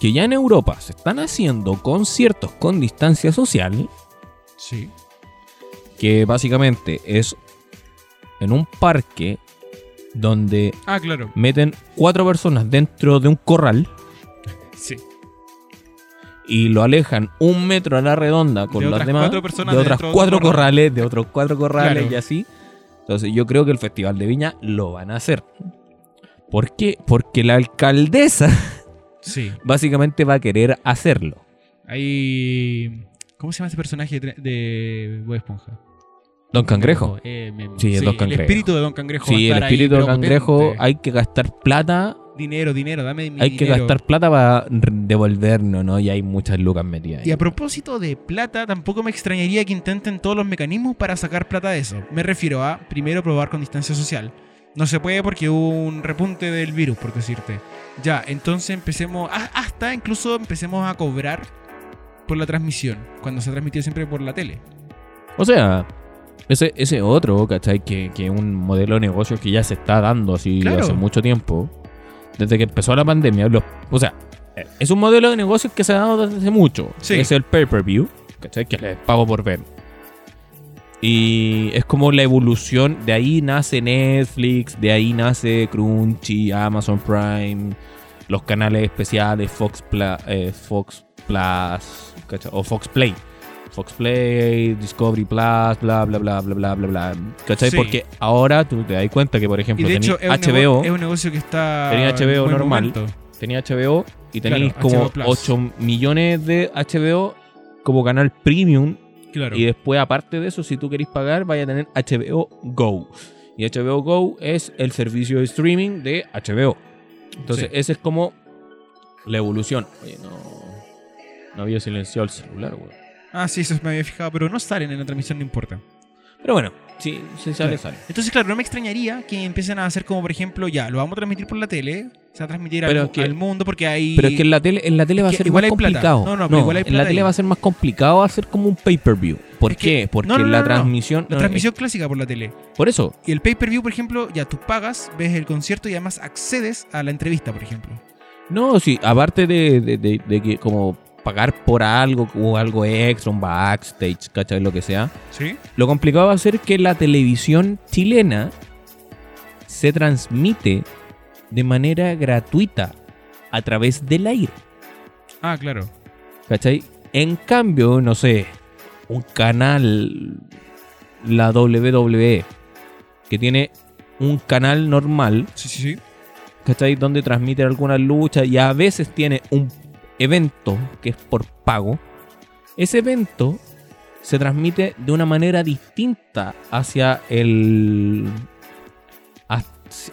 B: que ya en Europa se están haciendo conciertos con distancia social,
A: Sí.
B: que básicamente es en un parque donde
A: Ah, claro.
B: meten cuatro personas dentro de un corral
A: Sí.
B: y lo alejan un metro a la redonda con
A: De
B: las
A: otras
B: demás,
A: cuatro personas
B: de otras
A: dentro de un
B: cuatro
A: corral.
B: corrales, de otros cuatro corrales
A: Claro.
B: y así. Entonces yo creo que el Festival de Viña lo van a hacer. ¿Por qué? Porque la alcaldesa
A: Sí.
B: básicamente va a querer hacerlo.
A: Hay. ¿Cómo se llama ese personaje de, de Bob Esponja?
B: Don Cangrejo.
A: Eh, me-
B: Sí, es Don
A: El
B: Cangrejo.
A: espíritu de Don Cangrejo. va a
B: Sí, el
A: estar ahí,
B: espíritu del
A: pero
B: cangrejo,
A: potente.
B: hay que gastar plata,
A: Dinero, dinero, dame mi
B: hay que
A: dinero.
B: gastar plata para devolvernos, ¿no? Y hay muchas lucas metidas. ahí.
A: Y a propósito de plata, tampoco me extrañaría que intenten todos los mecanismos para sacar plata de eso. Me refiero a, primero, probar con distancia social. No se puede porque hubo un repunte del virus, por decirte. Ya, entonces empecemos, a- hasta incluso empecemos a cobrar por la transmisión, cuando se transmitió siempre por la tele.
B: O sea, ese, ese otro, ¿cachai? Que que es un modelo de negocio que ya se está dando así
A: Claro.
B: hace mucho tiempo. Desde que empezó la pandemia. los- o sea, eh, es un modelo de negocio que se ha dado desde hace mucho.
A: Sí.
B: Es el pay-per-view, ¿cachai? Que les pago por ver. Y es como la evolución. De ahí nace Netflix, de ahí nace Crunchy, Amazon Prime, los canales especiales, Fox, Pla- eh, Fox Plus, ¿cachai? O Fox Play. Fox Play, Discovery Plus, bla, bla, bla, bla, bla, bla, bla. ¿Cachai?
A: Sí.
B: Porque ahora tú te das cuenta que, por
A: Y
B: ejemplo,
A: de
B: tenés
A: hecho es un,
B: HBO,
A: nego- es un negocio que está...
B: Tenía HBO
A: en buen
B: normal.
A: momento.
B: tenía HBO y tenéis
A: Claro, HBO Plus.
B: como 8 millones de HBO como canal premium.
A: Claro.
B: Y después, aparte de eso, si tú querés pagar, vaya a tener HBO Go. Y HBO Go es el servicio de streaming de HBO. Entonces,
A: Sí.
B: esa es como la evolución. Oye, no. No había silenciado el celular, güey.
A: Ah, sí, eso me había fijado, pero no salen en la transmisión, no importa.
B: Pero bueno, sí, si sale, sale.
A: Entonces, claro, no me extrañaría que empiecen a hacer como, por ejemplo, ya, lo vamos a transmitir por la tele, se va a transmitir al,
B: Pero es que-
A: al mundo porque hay...
B: Pero es que en la tele, en la tele va a
A: que
B: ser
A: igual
B: más
A: hay plata.
B: complicado.
A: No, no, pero igual hay
B: En la
A: plata
B: tele
A: ahí.
B: va a ser más complicado hacer como un pay-per-view. ¿Por
A: Es que-
B: qué? Porque
A: no, no, no,
B: la
A: no.
B: transmisión.
A: La
B: no,
A: transmisión clásica por la tele.
B: es- por eso.
A: Y el pay-per-view, por ejemplo, ya tú pagas, ves el concierto y además accedes a la entrevista, por ejemplo.
B: No, sí, aparte de, de- de- de que como pagar por algo o algo extra, un backstage, ¿cachai? Lo que sea.
A: ¿Sí?
B: Lo complicado va a ser que la televisión chilena se transmite de manera gratuita a través del aire.
A: Ah, claro.
B: ¿Cachai? En cambio, no sé, un canal, la WWE, que tiene un canal normal,
A: Sí, sí, sí.
B: ¿cachai? Donde transmite alguna lucha y a veces tiene un evento que es por pago. Ese evento se transmite de una manera distinta hacia el... ha-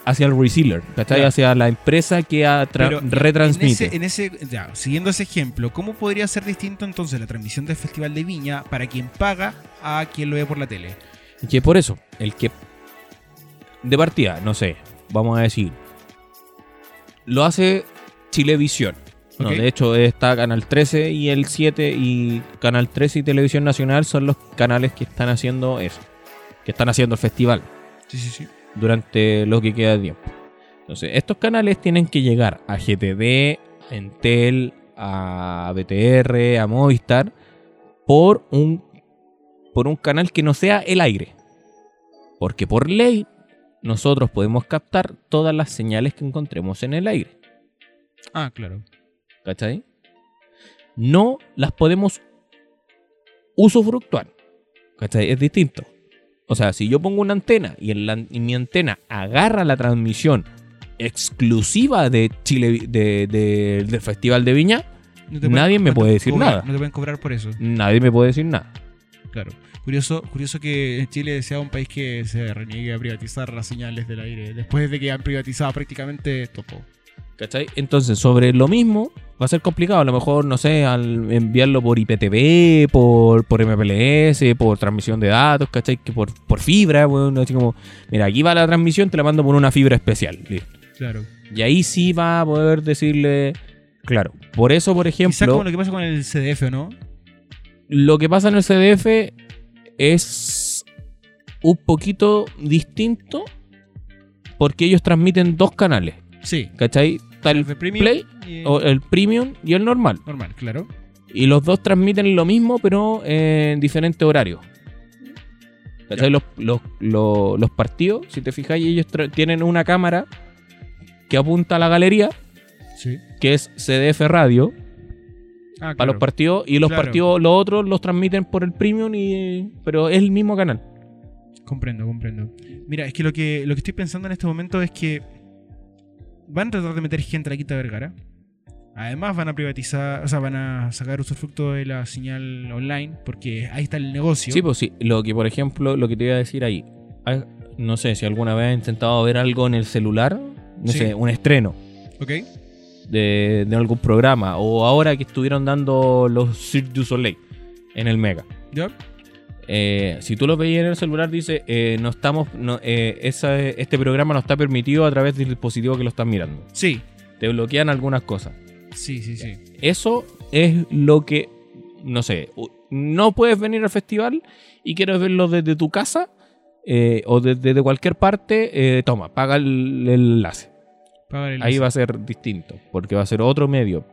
B: hacia el reseller, ¿cachai?
A: Claro.
B: Hacia la empresa que atra-
A: Pero en-
B: retransmite.
A: En ese, en ese- ya, siguiendo ese ejemplo, ¿cómo podría ser distinto entonces la transmisión del Festival de Viña para quien paga a quien lo ve por la tele?
B: Y que por eso, el que de partida, no sé, vamos a decir, lo hace Chilevisión. No,
A: Ok.
B: de hecho, está Canal 13 y el 7 y Canal 13 y Televisión Nacional son los canales que están haciendo eso, que están haciendo el festival
A: Sí, sí, sí.
B: durante lo que queda de tiempo. Entonces, estos canales tienen que llegar a GTD, a Entel, a BTR, a Movistar, por un, por un canal que no sea el aire. Porque por ley, nosotros podemos captar todas las señales que encontremos en el aire.
A: Ah, claro.
B: ¿Cachai? No las podemos usufructuar. ¿Cachai? Es distinto. O sea, si yo pongo una antena y, en la- y mi antena agarra la transmisión exclusiva de Chile de- de- del Festival de Viña,
A: No
B: Nadie me
A: no
B: puede
A: te pueden
B: decir
A: cobrar,
B: nada.
A: No te pueden cobrar por eso,
B: nadie me puede decir nada.
A: claro. Curioso, curioso que Chile sea un país que se reniegue a privatizar las señales del aire después de que han privatizado prácticamente todo.
B: ¿Cachai? Entonces, sobre lo mismo, va a ser complicado. A lo mejor, no sé, al enviarlo por IPTV, por, por MPLS, por transmisión de datos, ¿cachai? Que por, por fibra, bueno, así como, mira, aquí va la transmisión, te la mando por una fibra especial. listo.
A: Claro.
B: Y ahí sí va a poder decirle, claro. Por eso, por
A: Quizás
B: ejemplo,
A: como lo que pasa con el CDF, ¿o ¿no?
B: lo que pasa en el CDF es un poquito distinto porque ellos transmiten dos canales,
A: Sí.
B: ¿cachai? Está el
A: de
B: Play
A: y-
B: o el Premium y el normal.
A: Normal, claro.
B: Y los dos transmiten lo mismo, pero en diferentes horarios. ¿Cachai? Los, los- los- los partidos, si te fijáis, ellos tra- tienen una cámara que apunta a la galería,
A: Sí.
B: que es CDF Radio, para
A: Ah, claro.
B: los partidos, y los
A: Claro.
B: partidos, los otros los transmiten por el premium, y, pero es el mismo canal.
A: Comprendo, comprendo. Mira, es que lo que lo que estoy pensando en este momento es que van a tratar de meter gente a la Quinta Vergara. Además van a privatizar, o sea, van a sacar usufructo de la señal online porque ahí está el negocio.
B: Sí, pues sí. Lo que, por ejemplo, lo que te iba a decir ahí. ah, No sé si alguna vez has intentado ver algo en el celular, no
A: Sí.
B: sé, un estreno.
A: ¿Ok?
B: de, de algún programa. O ahora que estuvieron dando los Cirque du Soleil en el Mega.
A: ¿Ya?
B: Eh, si tú lo veías en el celular, dice: eh, no estamos, no, eh, esa- Este programa no está permitido a través del dispositivo que lo estás mirando.
A: Sí,
B: Te bloquean algunas cosas.
A: sí, sí, sí.
B: Eso es lo que, no sé, u- no puedes venir al festival y quieres verlo desde tu casa eh, o desde de cualquier parte. eh, toma, paga el- el enlace.
A: Pagar el
B: Ahí
A: enlace.
B: va a ser distinto, porque va a ser otro medio.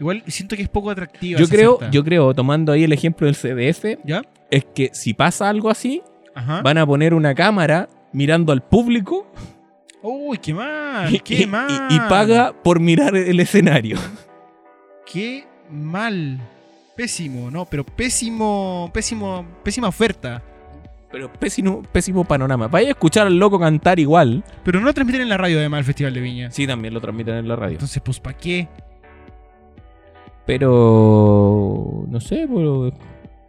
A: Igual siento que es poco atractiva.
B: Yo
A: esa
B: creo,
A: oferta.
B: yo creo, tomando ahí el ejemplo del CDF,
A: ¿Ya?
B: es que si pasa algo así,
A: Ajá.
B: van a poner una cámara mirando al público
A: Uy, qué
B: y,
A: mal,
B: y-
A: qué
B: y-
A: mal.
B: y paga por mirar el escenario.
A: Qué mal. Pésimo, no, pero pésimo, pésimo, pésima oferta.
B: Pero pésimo, pésimo panorama. Vaya a escuchar al loco cantar igual.
A: Pero no lo transmiten en la radio además el Festival de Viña.
B: Sí, también lo transmiten en la radio.
A: Entonces, pues, ¿para qué?
B: Pero no sé, pero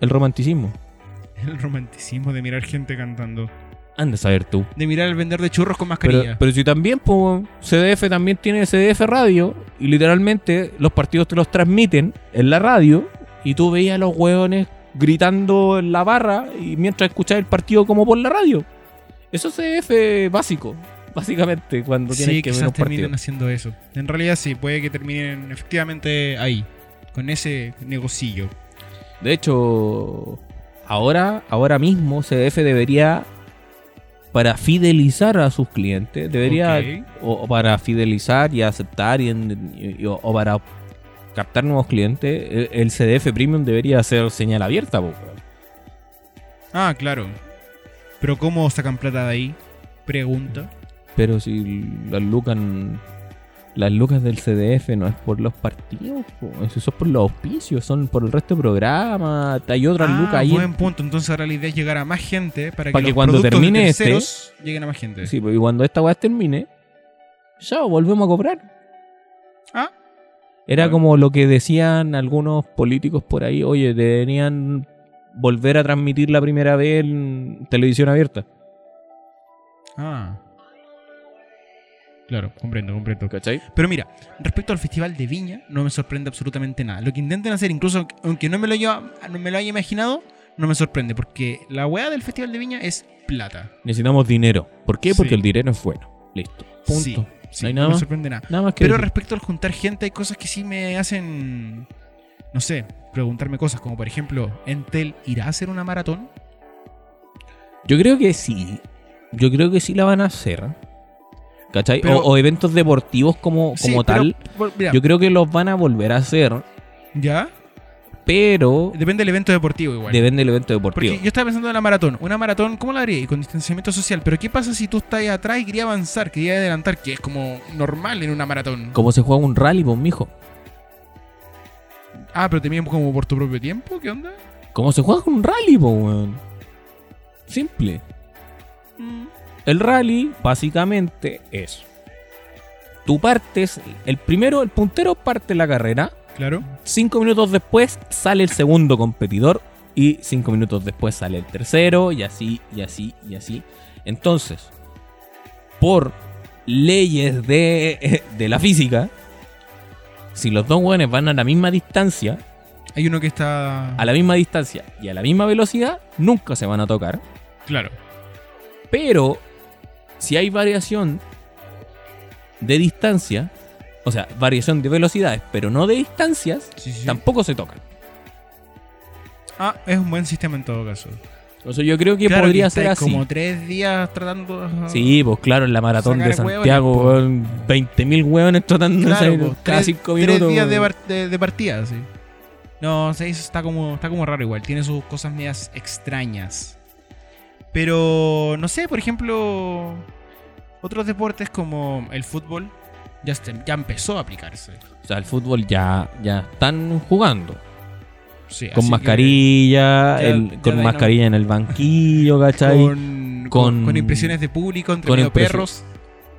B: el romanticismo.
A: El romanticismo de mirar gente cantando.
B: Anda a saber tú.
A: De mirar al vender de churros con mascarilla.
B: Pero, pero si también, pues, CDF también tiene CDF radio y literalmente los partidos te los transmiten en la radio y tú veías a los hueones gritando en la barra y mientras escuchabas el partido como por la radio. Eso es CDF básico, básicamente, cuando tienes
A: sí,
B: que ver
A: quizás
B: un
A: terminen
B: partido.
A: haciendo eso. En realidad sí, puede que terminen efectivamente ahí. Con ese negocillo.
B: De hecho, ahora, ahora mismo CDF debería, para fidelizar a sus clientes, debería
A: Ok.
B: o, o para fidelizar y aceptar y, en- y- y- o, o para captar nuevos clientes, el, el CDF Premium debería ser señal abierta. po, weón.
A: Ah, claro. Pero ¿cómo sacan plata de ahí? Pregunta.
B: Pero si las lucas, las lucas del CDF no es por los partidos, po, eso son por los auspicios, son por el resto de programas. Hay otras
A: Ah,
B: lucas ahí.
A: buen punto. Entonces ahora la idea es llegar a más gente para que,
B: Para que
A: los
B: cuando
A: productos de
B: termine este-
A: terceros lleguen a más gente.
B: Sí, pues, y cuando esta weá termine, ya volvemos a cobrar.
A: Ah,
B: Era
A: Bueno.
B: como lo que decían algunos políticos por ahí, oye, deberían volver a transmitir la primera vez en televisión abierta.
A: ah. Claro, comprendo, comprendo.
B: ¿Cachai?
A: Pero mira, respecto al Festival de Viña, no me sorprende absolutamente nada. Lo que intenten hacer, incluso aunque no me lo haya, no me lo haya imaginado, no me sorprende, porque la weá del Festival de Viña es plata.
B: Necesitamos dinero. ¿Por qué? Porque
A: Sí.
B: el dinero es bueno. Listo. Punto.
A: Sí,
B: no
A: sí,
B: hay
A: no
B: nada
A: me
B: más.
A: sorprende nada.
B: Nada más que
A: Pero
B: decir.
A: respecto al juntar gente, hay cosas que sí me hacen, no sé, preguntarme cosas, como por ejemplo, ¿Entel irá a hacer una maratón?
B: Yo creo que sí. Yo creo que sí la van a hacer. ¿Cachai? O-
A: Pero-
B: o, eventos deportivos como,
A: Sí,
B: como
A: pero,
B: tal.
A: por- mira,
B: Yo creo que los van a volver a hacer.
A: ¿Ya?
B: Pero
A: Depende del evento deportivo igual.
B: depende del evento deportivo.
A: Porque yo estaba pensando en la maratón. Una maratón, ¿cómo la haría? Y con distanciamiento social. Pero ¿qué pasa si tú estás ahí atrás y querías avanzar, querías adelantar? Que es como normal en una maratón.
B: Como se juega un rally, pues, mijo.
A: Ah, pero te miden como por tu propio tiempo. ¿Qué onda?
B: Como se juega un rally, po, weón. Simple. Mm. El rally, básicamente, es. Tú partes, el primero, el puntero parte la carrera.
A: Claro.
B: Cinco minutos después sale el segundo competidor. Y cinco minutos después sale el tercero. Y así, y así, y así. Entonces, por leyes de, de la física, si los dos weones van a la misma distancia,
A: Hay uno que está.
B: a la misma distancia y a la misma velocidad, nunca se van a tocar.
A: Claro.
B: Pero si hay variación de distancia, o sea, variación de velocidades, pero no de distancias,
A: Sí, sí.
B: tampoco se tocan.
A: Ah, es un buen sistema en todo caso.
B: O sea, yo creo que
A: Claro
B: podría ser
A: estáis
B: así.
A: como tres días tratando.
B: Sí, pues claro, en la maratón
A: Sacar
B: de
A: hueones,
B: Santiago,
A: po.
B: weón, 20.000 hueones tratando de
A: claro.
B: salir
A: pues,
B: cada
A: tres-
B: 5
A: tres
B: minutos.
A: días de,
B: weón.
A: par- de- de partida, sí. No, o sea, eso está como, está como raro igual. Tiene sus cosas medias extrañas. Pero, no sé, por ejemplo, otros deportes como el fútbol ya, se- ya empezó a aplicarse.
B: O sea, el fútbol ya, ya están jugando.
A: Sí, así
B: Con
A: que-
B: mascarilla,
A: ya-
B: el-
A: ya de
B: con
A: ahí
B: mascarilla en el banquillo, ¿cachai?
A: Con, con,
B: Con-
A: con impresiones de público, entre
B: con
A: medio
B: impresio-
A: perros.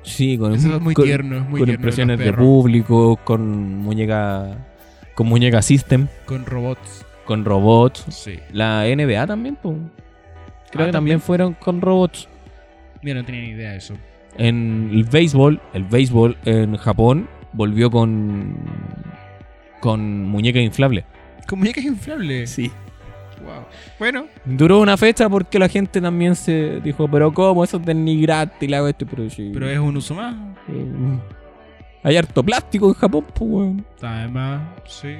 B: sí, con
A: Eso es muy
B: con-
A: tierno, es muy
B: con
A: tierno. los
B: impresiones de
A: perros,
B: público, con muñeca, con muñeca system,
A: Con robots,
B: con robots.
A: sí.
B: La NBA también, po. creo
A: Ah,
B: que también fueron con robots.
A: Mira, no tenía ni idea de eso.
B: En el béisbol, el béisbol en Japón volvió con con muñeca inflable.
A: Con muñecas inflables.
B: Sí.
A: Wow. Bueno,
B: Duró una fecha porque la gente también se dijo, pero cómo eso es denigrante y la esto, pero sí.
A: pero es un uso más.
B: Eh, Hay harto plástico en Japón, pues, weón.
A: Además, sí.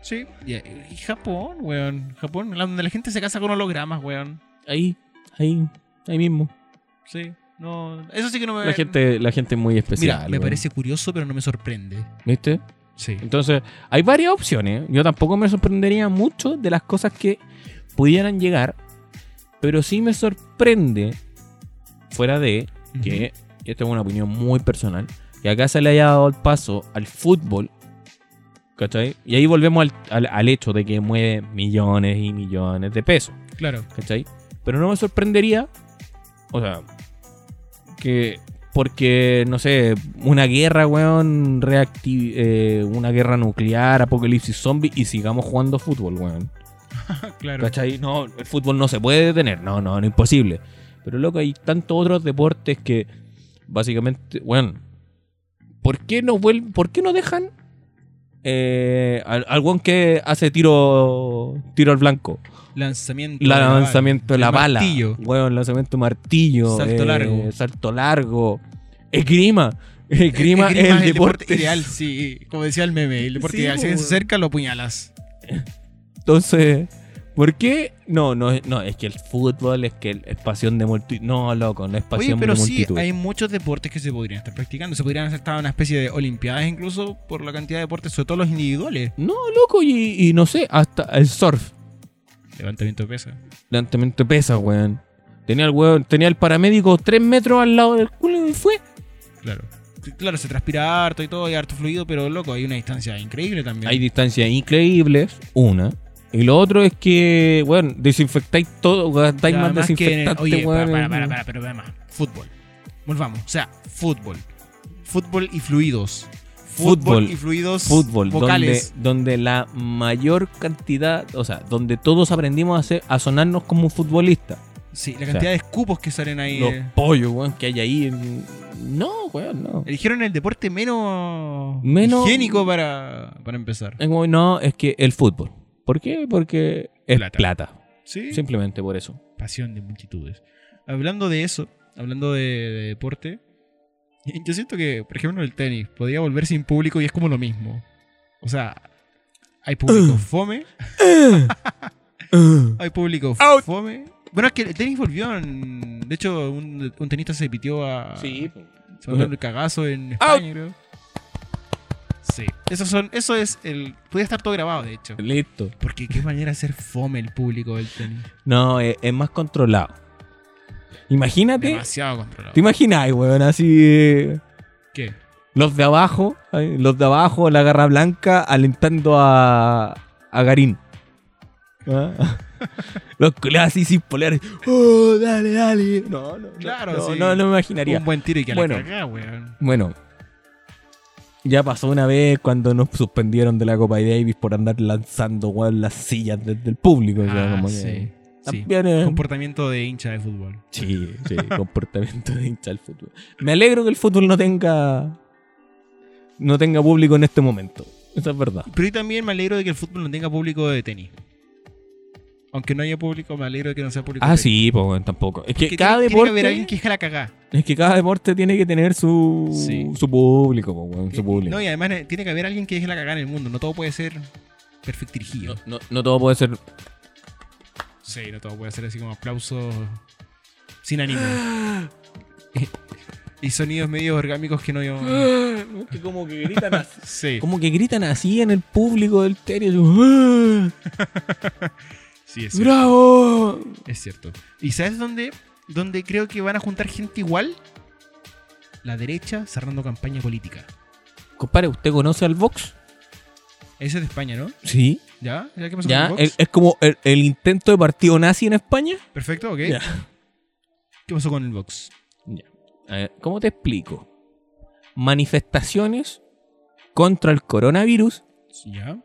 A: Sí. Y, y Japón, weón. Japón, la- donde la gente se casa con hologramas, weón.
B: Ahí, ahí, ahí mismo.
A: Sí. No, eso sí que no me...
B: La gente, la gente es muy especial.
A: Mira, me
B: weón.
A: parece curioso, pero no me sorprende.
B: ¿Viste?
A: Sí.
B: Entonces, hay varias opciones. Yo tampoco me sorprendería mucho de las cosas que pudieran llegar. Pero sí me sorprende, fuera de que, y esta es una opinión muy personal, que acá se le haya dado el paso al fútbol. ¿Cachai? Y ahí volvemos al, al- al hecho de que mueve millones y millones de pesos.
A: Claro.
B: ¿cachai? Pero no me sorprendería, o sea, que porque, no sé, una guerra, weón, reacti- eh, una guerra nuclear, apocalipsis zombie y sigamos jugando fútbol, weón.
A: claro.
B: ¿Cachai? No, el fútbol no se puede detener, no, no, no, imposible. Pero loco, hay tantos otros deportes que básicamente, weón, ¿por qué no vuelven, por qué no dejan eh, al, al weón que hace tiro, tiro al blanco?
A: Lanzamiento.
B: La
A: de bala.
B: lanzamiento de
A: El
B: la bala.
A: martillo.
B: Weón, lanzamiento de martillo. eh,
A: Salto largo.
B: Salto largo. Esgrima. Esgrima,
A: Esgrima
B: es el deporte.
A: ideal, sí. Como decía el meme, el deporte
B: Sí,
A: ideal. Si ves
B: weón.
A: cerca, lo apuñalas.
B: Entonces, ¿por qué? No, no, es- no, es que el fútbol es que el- es pasión de multitud. No, loco, no es pasión
A: Oye, pero
B: de
A: sí,
B: multitud.
A: hay muchos deportes que se podrían estar practicando. Se podrían hacer hasta una especie de olimpiadas incluso por la cantidad de deportes, sobre todo los individuales.
B: No, loco, y, y no sé, hasta el surf.
A: Levantamiento de pesas.
B: Levantamiento de pesas, weón. Tenía el weón, tenía el paramédico tres metros al lado del culo y fue.
A: Claro. Claro, se transpira harto y todo, hay harto fluido, pero loco, hay una distancia increíble también.
B: Hay distancias increíbles, una. Y lo otro es que, bueno, desinfectáis todo, gastáis más
A: Además que-
B: desinfectante,
A: Oye, para,
B: weón.
A: para, para, para, pero además, fútbol. Volvamos, o sea, fútbol. Fútbol y fluidos. Fútbol,
B: Fútbol.
A: y fluidos
B: Fútbol, donde,
A: vocales.
B: donde la mayor cantidad, o sea, donde todos aprendimos a, hacer, a sonarnos como un futbolista.
A: Sí, la
B: sea,
A: cantidad de escupos que salen ahí.
B: Los
A: eh.
B: pollos, weón, que hay ahí. en- No, weón, no.
A: Eligieron el deporte menos,
B: Menos-
A: higiénico para, para empezar.
B: Es como, no, es que el fútbol. ¿Por qué? Porque es
A: Plata.
B: plata.
A: Sí.
B: Simplemente por eso.
A: Pasión de multitudes. Hablando de eso, hablando de, de deporte, yo siento que, por ejemplo, el tenis podría volver sin público y es como lo mismo. O sea, hay público fome, hay público
B: Out.
A: fome. Bueno, es que el tenis volvió en- De hecho, un, un tenista se pitió a... Se mandó el cagazo en
B: Ah.
A: España, creo. Sí. Eso, son, eso es el... Puede estar todo grabado, de hecho.
B: Listo.
A: Porque qué manera de hacer fome el público del tenis.
B: No, eh, es, es más controlado. Imagínate.
A: Demasiado controlado.
B: ¿Te imaginas, weón? Así. eh,
A: ¿Qué?
B: Los de abajo, ay, los de abajo, la garra blanca, alentando a, a Garín. ¿Ah? Los culiados así sin polear. ¡Oh, dale, dale! No, no, no,
A: Claro,
B: no,
A: sí.
B: no, no me imaginaría.
A: Un buen tiro y que
B: Bueno.
A: la cagá, weón.
B: Bueno, ya pasó una vez cuando nos suspendieron de la Copa Davis por andar lanzando weón, las sillas desde el público. o sea,
A: Ah,
B: como que-
A: sí. sí.
B: También es-
A: Comportamiento de hincha de fútbol.
B: Sí, sí, comportamiento de hincha del fútbol. Me alegro que el fútbol no tenga no tenga público en este momento. Eso es verdad.
A: Pero yo también me alegro de que el fútbol no tenga público de tenis. Aunque no haya público, me alegro de que no sea público.
B: Ah,
A: de tenis.
B: sí, pues bueno, tampoco. Es que,
A: Que
B: cada
A: tiene, tiene que
B: deporte
A: haber alguien que deja la cagá.
B: es que cada deporte tiene que tener su
A: Sí.
B: su público, pues, bueno, su público.
A: No, y además eh, tiene que haber alguien que deje la cagá en el mundo. No todo puede ser perfectirigido.
B: No, no- no todo puede ser
A: Sí, no todo puede ser así como aplausos sin ánimo. y sonidos medios orgánicos que no yo.
B: que como que gritan así.
A: Sí,
B: Como que gritan así en el público del tenis. ¡Ah!
A: sí, es cierto.
B: ¡Bravo!
A: Es cierto. ¿Y sabes dónde, dónde creo que van a juntar gente igual? La derecha cerrando campaña política.
B: Compadre, ¿usted conoce al Vox?
A: Ese es de España, ¿no?
B: Sí.
A: ¿Ya? ¿Ya qué pasó
B: ¿Ya?
A: con el
B: Es,
A: Vox?
B: es como el, el intento de partido nazi en España.
A: Perfecto, ok.
B: Ya.
A: ¿Qué pasó con el Vox?
B: Eh, ¿Cómo te explico? Manifestaciones contra el coronavirus,
A: ¿Ya?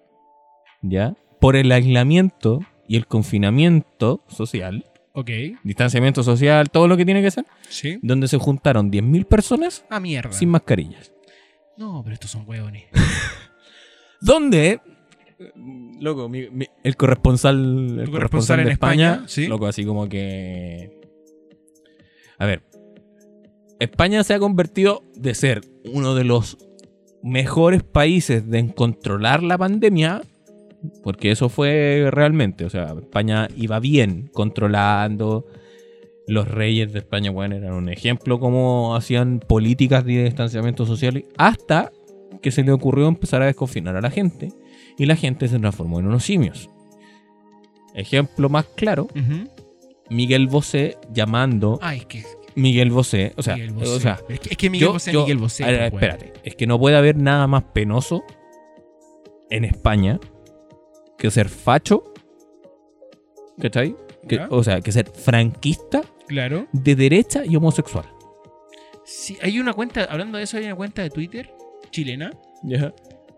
B: ¿ya? Por el aislamiento y el confinamiento social,
A: Ok.
B: distanciamiento social, todo lo que tiene que ser,
A: ¿Sí?
B: donde se juntaron 10.000 personas
A: Ah, mierda.
B: sin mascarillas.
A: No, pero estos son hueones.
B: Donde, eh, loco, mi- mi- el corresponsal, el
A: Tu corresponsal
B: corresponsal
A: en
B: de España,
A: España, sí.
B: loco, así como que... A ver, España se ha convertido de ser uno de los mejores países de en controlar la pandemia, porque eso fue realmente, o sea, España iba bien controlando. Los reyes de España, bueno, eran un ejemplo cómo hacían políticas de distanciamiento social hasta que se le ocurrió empezar a desconfinar a la gente y la gente se transformó en unos simios. Ejemplo más claro,
A: Ujú.
B: Miguel Bosé llamando
A: Ah, es que.
B: Miguel Bosé, o sea,
A: Miguel Bosé.
B: o sea,
A: es, que, es que Miguel
B: yo-
A: Bosé es
B: yo-
A: Miguel Bosé.
B: a ver,
A: pues, hueón.
B: espérate, es que no puede haber nada más penoso en España que ser facho, ¿cachai? Que-
A: Ya.
B: o sea, que ser franquista,
A: Claro.
B: de derecha y homosexual.
A: Sí, hay una cuenta, hablando de eso, hay una cuenta de Twitter chilena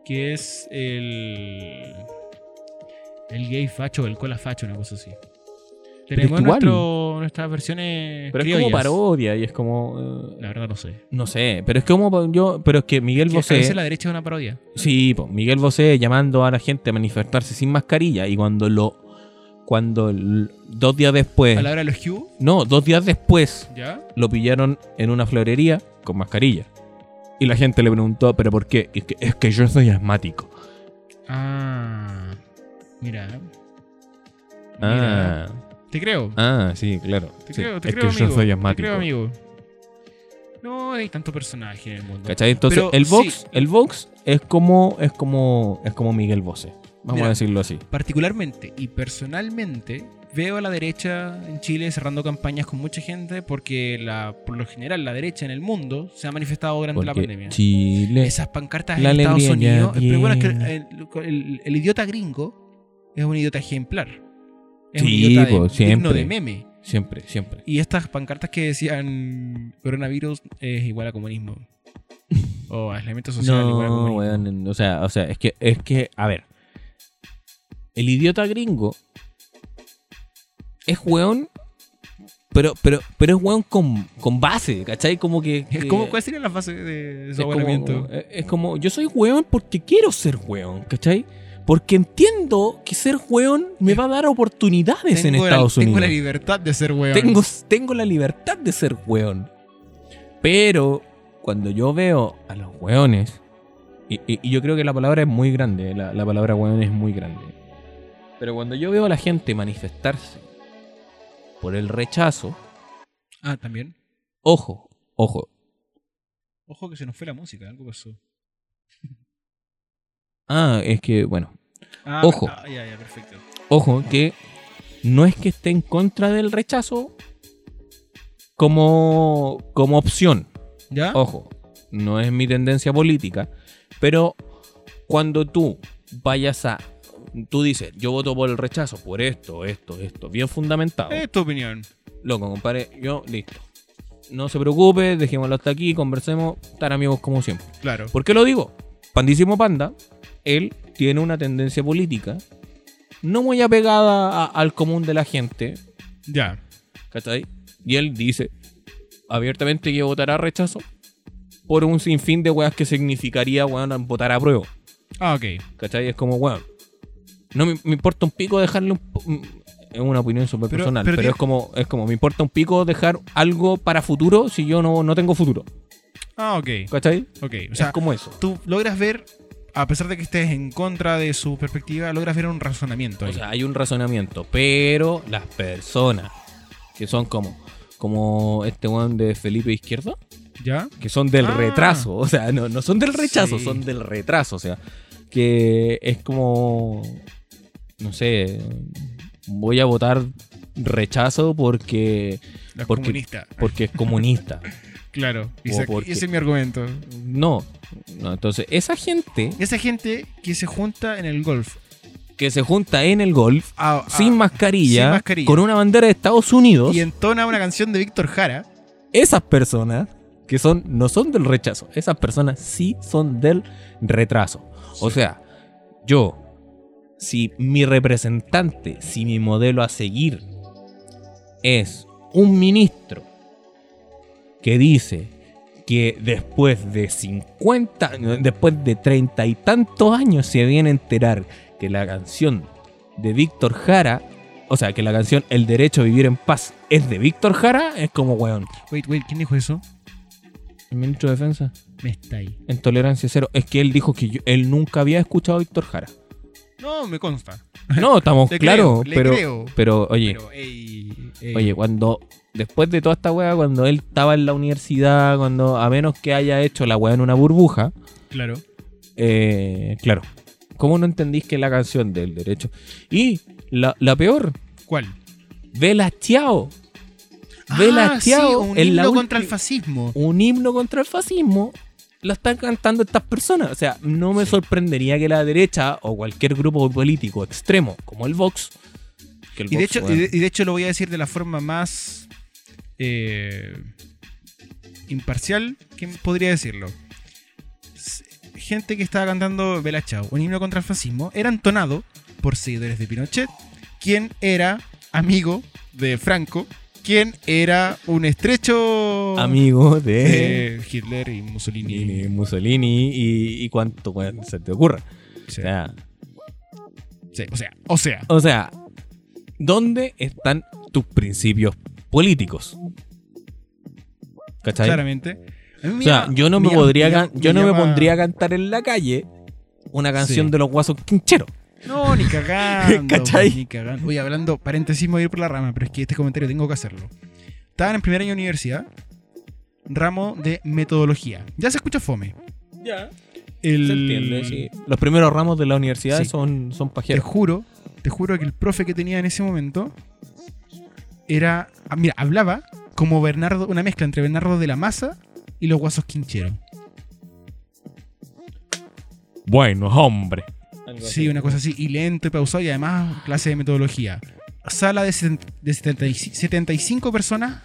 A: que es el el gay facho o el cola facho, una cosa así. Tenemos
B: es que igual.
A: nuestro- nuestras versiones
B: Pero es
A: criollas.
B: como parodia y es como eh,
A: La verdad no sé.
B: no sé, pero es como pa- yo, pero es que Miguel
A: Que A
B: Bosé
A: veces la derecha es una parodia.
B: Sí, po, Miguel Bosé llamando a la gente a manifestarse sin mascarilla y cuando lo cuando el- dos días después,
A: A la hora de los Q,
B: no, dos días después
A: ¿ya?
B: lo pillaron en una florería con mascarilla. Y la gente le preguntó, ¿pero por qué? Es que, es que yo soy asmático.
A: Ah. Mira.
B: Ah,
A: Mira. Te creo.
B: ah, sí, claro.
A: Te
B: Sí,
A: creo, te
B: es
A: creo,
B: que
A: amigo.
B: yo soy
A: Te
B: asmático.
A: creo, amigo. No hay tanto personaje en el mundo.
B: ¿Cachai? Entonces,
A: Pero
B: el Vox,
A: sí.
B: el Vox es como, es como, es como Miguel Bosé. Vamos
A: Mira.
B: a decirlo así.
A: particularmente y personalmente veo a la derecha en Chile cerrando campañas con mucha gente porque la, por lo general la derecha en el mundo se ha manifestado durante la
B: Porque
A: pandemia.
B: Chile.
A: Esas pancartas
B: La
A: en Estados
B: alegría ya
A: Unidos. Pero bueno, es que el,
B: viene.
A: el- el idiota gringo es un idiota ejemplar. Es un
B: Sí,
A: idiota de-
B: pues,
A: digno de
B: siempre.
A: meme.
B: Siempre, siempre.
A: Y estas pancartas que decían coronavirus es igual a comunismo. o aislamiento social igual a
B: No,
A: comunismo.
B: weón, o sea, o sea, es que, es que, a ver. El idiota gringo es weón pero, pero, pero es weón con, con base, ¿cachai? Como que.
A: Es
B: que-
A: como, ¿Cuál sería la fase de
B: Eh, es
A: su
B: como-
A: abonamiento?
B: es- es como, yo soy weón porque quiero ser weón, ¿cachai? Porque entiendo que ser weón me va a dar oportunidades en
A: Tengo la-
B: Estados
A: tengo
B: Unidos.
A: la libertad de ser weón.
B: Tengo, tengo la libertad de ser weón. Pero cuando yo veo a los weones, y, y- y yo creo que la palabra es muy grande, la, la palabra weón es muy grande. Pero cuando yo veo a la gente manifestarse por el rechazo,
A: Ah, también.
B: ojo, ojo.
A: Ojo que se nos fue la música, algo pasó.
B: Ah, es que, bueno,
A: Ah,
B: Ojo.
A: ah, ya, ya, perfecto.
B: ojo, que no es que esté en contra del rechazo como, como opción.
A: ¿Ya?
B: Ojo, no es mi tendencia política, pero cuando tú vayas a... Tú dices, yo voto por el rechazo, por esto, esto, esto, bien fundamentado.
A: Es tu opinión.
B: Loco, compadre, yo listo. No se preocupe, dejémoslo hasta aquí, conversemos, estar amigos como siempre.
A: Claro.
B: ¿Por qué lo digo? Pandísimo Panda, él tiene una tendencia política no muy apegada a- al común de la gente,
A: Ya.
B: ¿cachai? Y él dice abiertamente que votará rechazo por un sinfín de weas que significaría, weón, votar a prueba,
A: Ah, ok.
B: ¿cachai? Es como, weón, no me, me importa un pico dejarle un... po- mm, Es una opinión súper
A: Pero-
B: personal,
A: pero
B: pero,
A: tiene-
B: es, como, es como, me importa un pico dejar algo para futuro si yo no, no tengo futuro,
A: Ah, ok.
B: ¿cachai?
A: Ok. O
B: es
A: sea,
B: como eso.
A: tú logras ver, a pesar de que estés en contra de su perspectiva, logras ver un razonamiento ahí.
B: O sea, hay un razonamiento, pero las personas que son como, como este weón de Felipe Izquierda,
A: ¿Ya?
B: que son del
A: Ah.
B: retraso, o sea, no, no son del rechazo,
A: Sí.
B: son del retraso, o sea, que es como, no sé, voy a votar rechazo porque,
A: Los
B: Porque-
A: comunistas.
B: porque es comunista.
A: Claro. Y
B: O
A: se-
B: porque-
A: Ese es mi argumento.
B: No, no, entonces esa gente
A: Esa gente que se junta en el golf.
B: que se junta en el golf
A: a- a-
B: sin, mascarilla,
A: Ah, sin mascarilla.
B: con una bandera de Estados Unidos,
A: y entona una canción de Víctor Jara.
B: esas personas que son no son del rechazo, esas personas sí son del retraso. O sea, yo si mi representante, si mi modelo a seguir es un ministro que dice que después de 50, años- después de treinta y tantos años se viene a enterar que la canción de Víctor Jara, o sea, que la canción El derecho a vivir en paz es de Víctor Jara, es como weón.
A: Wait, wait, ¿quién dijo eso?
B: El ministro de Defensa,
A: Me está ahí.
B: en tolerancia cero, es que él dijo que yo- él nunca había escuchado a Víctor Jara.
A: No, me consta.
B: No, estamos
A: Le
B: claro,
A: creo, le
B: pero,
A: creo. eh,
B: pero oye,
A: Pero, ey, ey.
B: oye, cuando después de toda esta weá, cuando él estaba en la universidad, cuando a menos que haya hecho la weá en una burbuja,
A: Claro.
B: eh, claro, ¿cómo no entendís que la canción del derecho? Y la, la peor,
A: ¿Cuál?
B: Vela Chiao, Vela
A: Ah, sí,
B: Chiao
A: un
B: en la
A: himno contra
B: ulti-
A: el fascismo.
B: un himno contra el fascismo, la están cantando estas personas. O sea, no me sorprendería que la derecha o cualquier grupo político extremo como el Vox, que el
A: Y de,
B: Vox,
A: hecho,
B: weón,
A: y, de, y de hecho lo voy a decir de la forma más eh, imparcial que podría decirlo. S- Gente que estaba cantando Bella Chao, un himno contra el fascismo, era entonado por seguidores de Pinochet, quien era amigo de Franco, quien era un estrecho
B: amigo de...
A: de Hitler y Eh. Mussolini.
B: Mussolini, Mussolini y, y cuánto weón, se te ocurra.
A: O
B: O
A: sea,
B: sea,
A: sí, o sea, o sea,
B: o sea, ¿dónde están tus principios políticos? ¿Cachai?
A: claramente. A mí me
B: O sea,
A: llama-
B: yo no me,
A: llama-
B: podría,
A: llama-
B: can- yo no me
A: llama-
B: pondría a cantar en la calle una canción
A: Sí.
B: de los guasos quincheros.
A: No, ni cagando.
B: ¿Cachai?
A: pues, Ni cagando. Oye, hablando, paréntesis, me voy a ir por la rama, pero es que este comentario tengo que hacerlo. Estaban en primer año de universidad, ramo de metodología. Ya se escucha fome.
B: Ya.
A: El-
B: Se entiende, sí. Los primeros ramos de la universidad
A: Sí.
B: son, son
A: Te
B: pajeros.
A: juro, te juro que el profe que tenía en ese momento era. ah, Mira, hablaba como Bernardo, una mezcla entre Bernardo de la Maza y los guasos quincheros.
B: Bueno, hombre.
A: Sí, una cosa así, y lento y pausado, y además clase de metodología. Sala de, seten- de 70 y ci- 75 personas,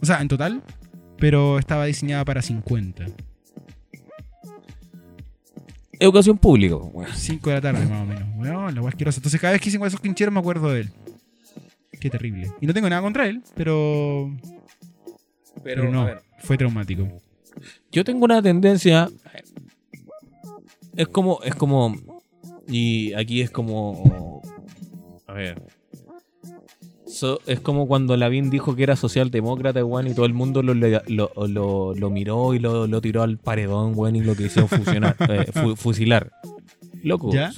A: o sea, en total, pero estaba diseñada para 50.
B: Educación pública. pues, weón.
A: 5 de la tarde, más o menos. Bueno, la guay asquerosa. Entonces, cada vez que dicen esos quincheros, me acuerdo de él. Qué terrible. Y no tengo nada contra él, pero. Pero, no,
B: a ver,
A: fue traumático.
B: yo tengo una tendencia. Es como, es como. Y aquí es como. A ver. So- es como cuando Lavín dijo que era socialdemócrata, weón, y todo el mundo lo, lo, lo- lo miró y lo, lo tiró al paredón, weón, y lo que hicieron fusionar, eh, fu- fusilar. Loco.
A: ¿Ya?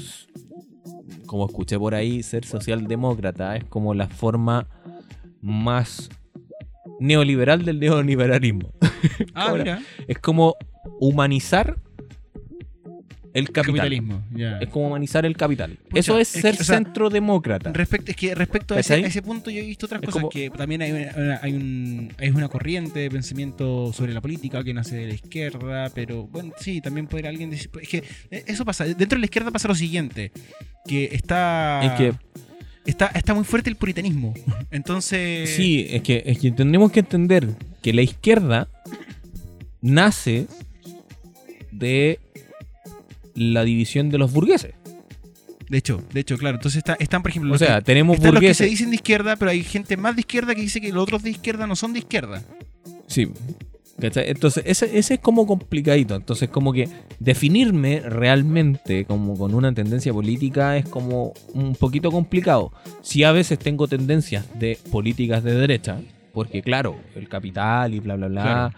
B: Como escuché por ahí, ser socialdemócrata es como la forma más neoliberal del neoliberalismo.
A: Ah,
B: Ahora,
A: mira.
B: Es como humanizar el capital.
A: Capitalismo. ya.
B: Es como humanizar el capital.
A: Pucha,
B: Eso es,
A: es
B: ser
A: que, o sea,
B: centrodemócrata.
A: Respecto, es que respecto a ese,
B: ¿Cachai?
A: a ese punto yo he visto otras
B: Es
A: cosas
B: como-
A: que también hay una, una- hay, un, hay una corriente de pensamiento sobre la política que nace de la izquierda, pero bueno, sí, también podría alguien decir... Es que eh, eso pasa, dentro de la izquierda pasa lo siguiente, que está...
B: Es que
A: Está, está muy fuerte el puritanismo. Entonces...
B: Sí, es que, es que tenemos que entender que la izquierda nace de la división de los burgueses.
A: De hecho, de hecho, claro. Entonces está, están, por ejemplo,
B: O
A: los
B: sea,
A: que,
B: tenemos
A: están los que se
B: burgueses.
A: dicen de izquierda, pero hay gente más de izquierda que dice que los otros de izquierda no son de izquierda.
B: Sí. ¿Cachai? Entonces, ese, ese es como complicadito. Entonces, como que definirme realmente como con una tendencia política es como un poquito complicado. Si a veces tengo tendencias de políticas de derecha, porque claro, el capital y bla, bla, bla,
A: Claro.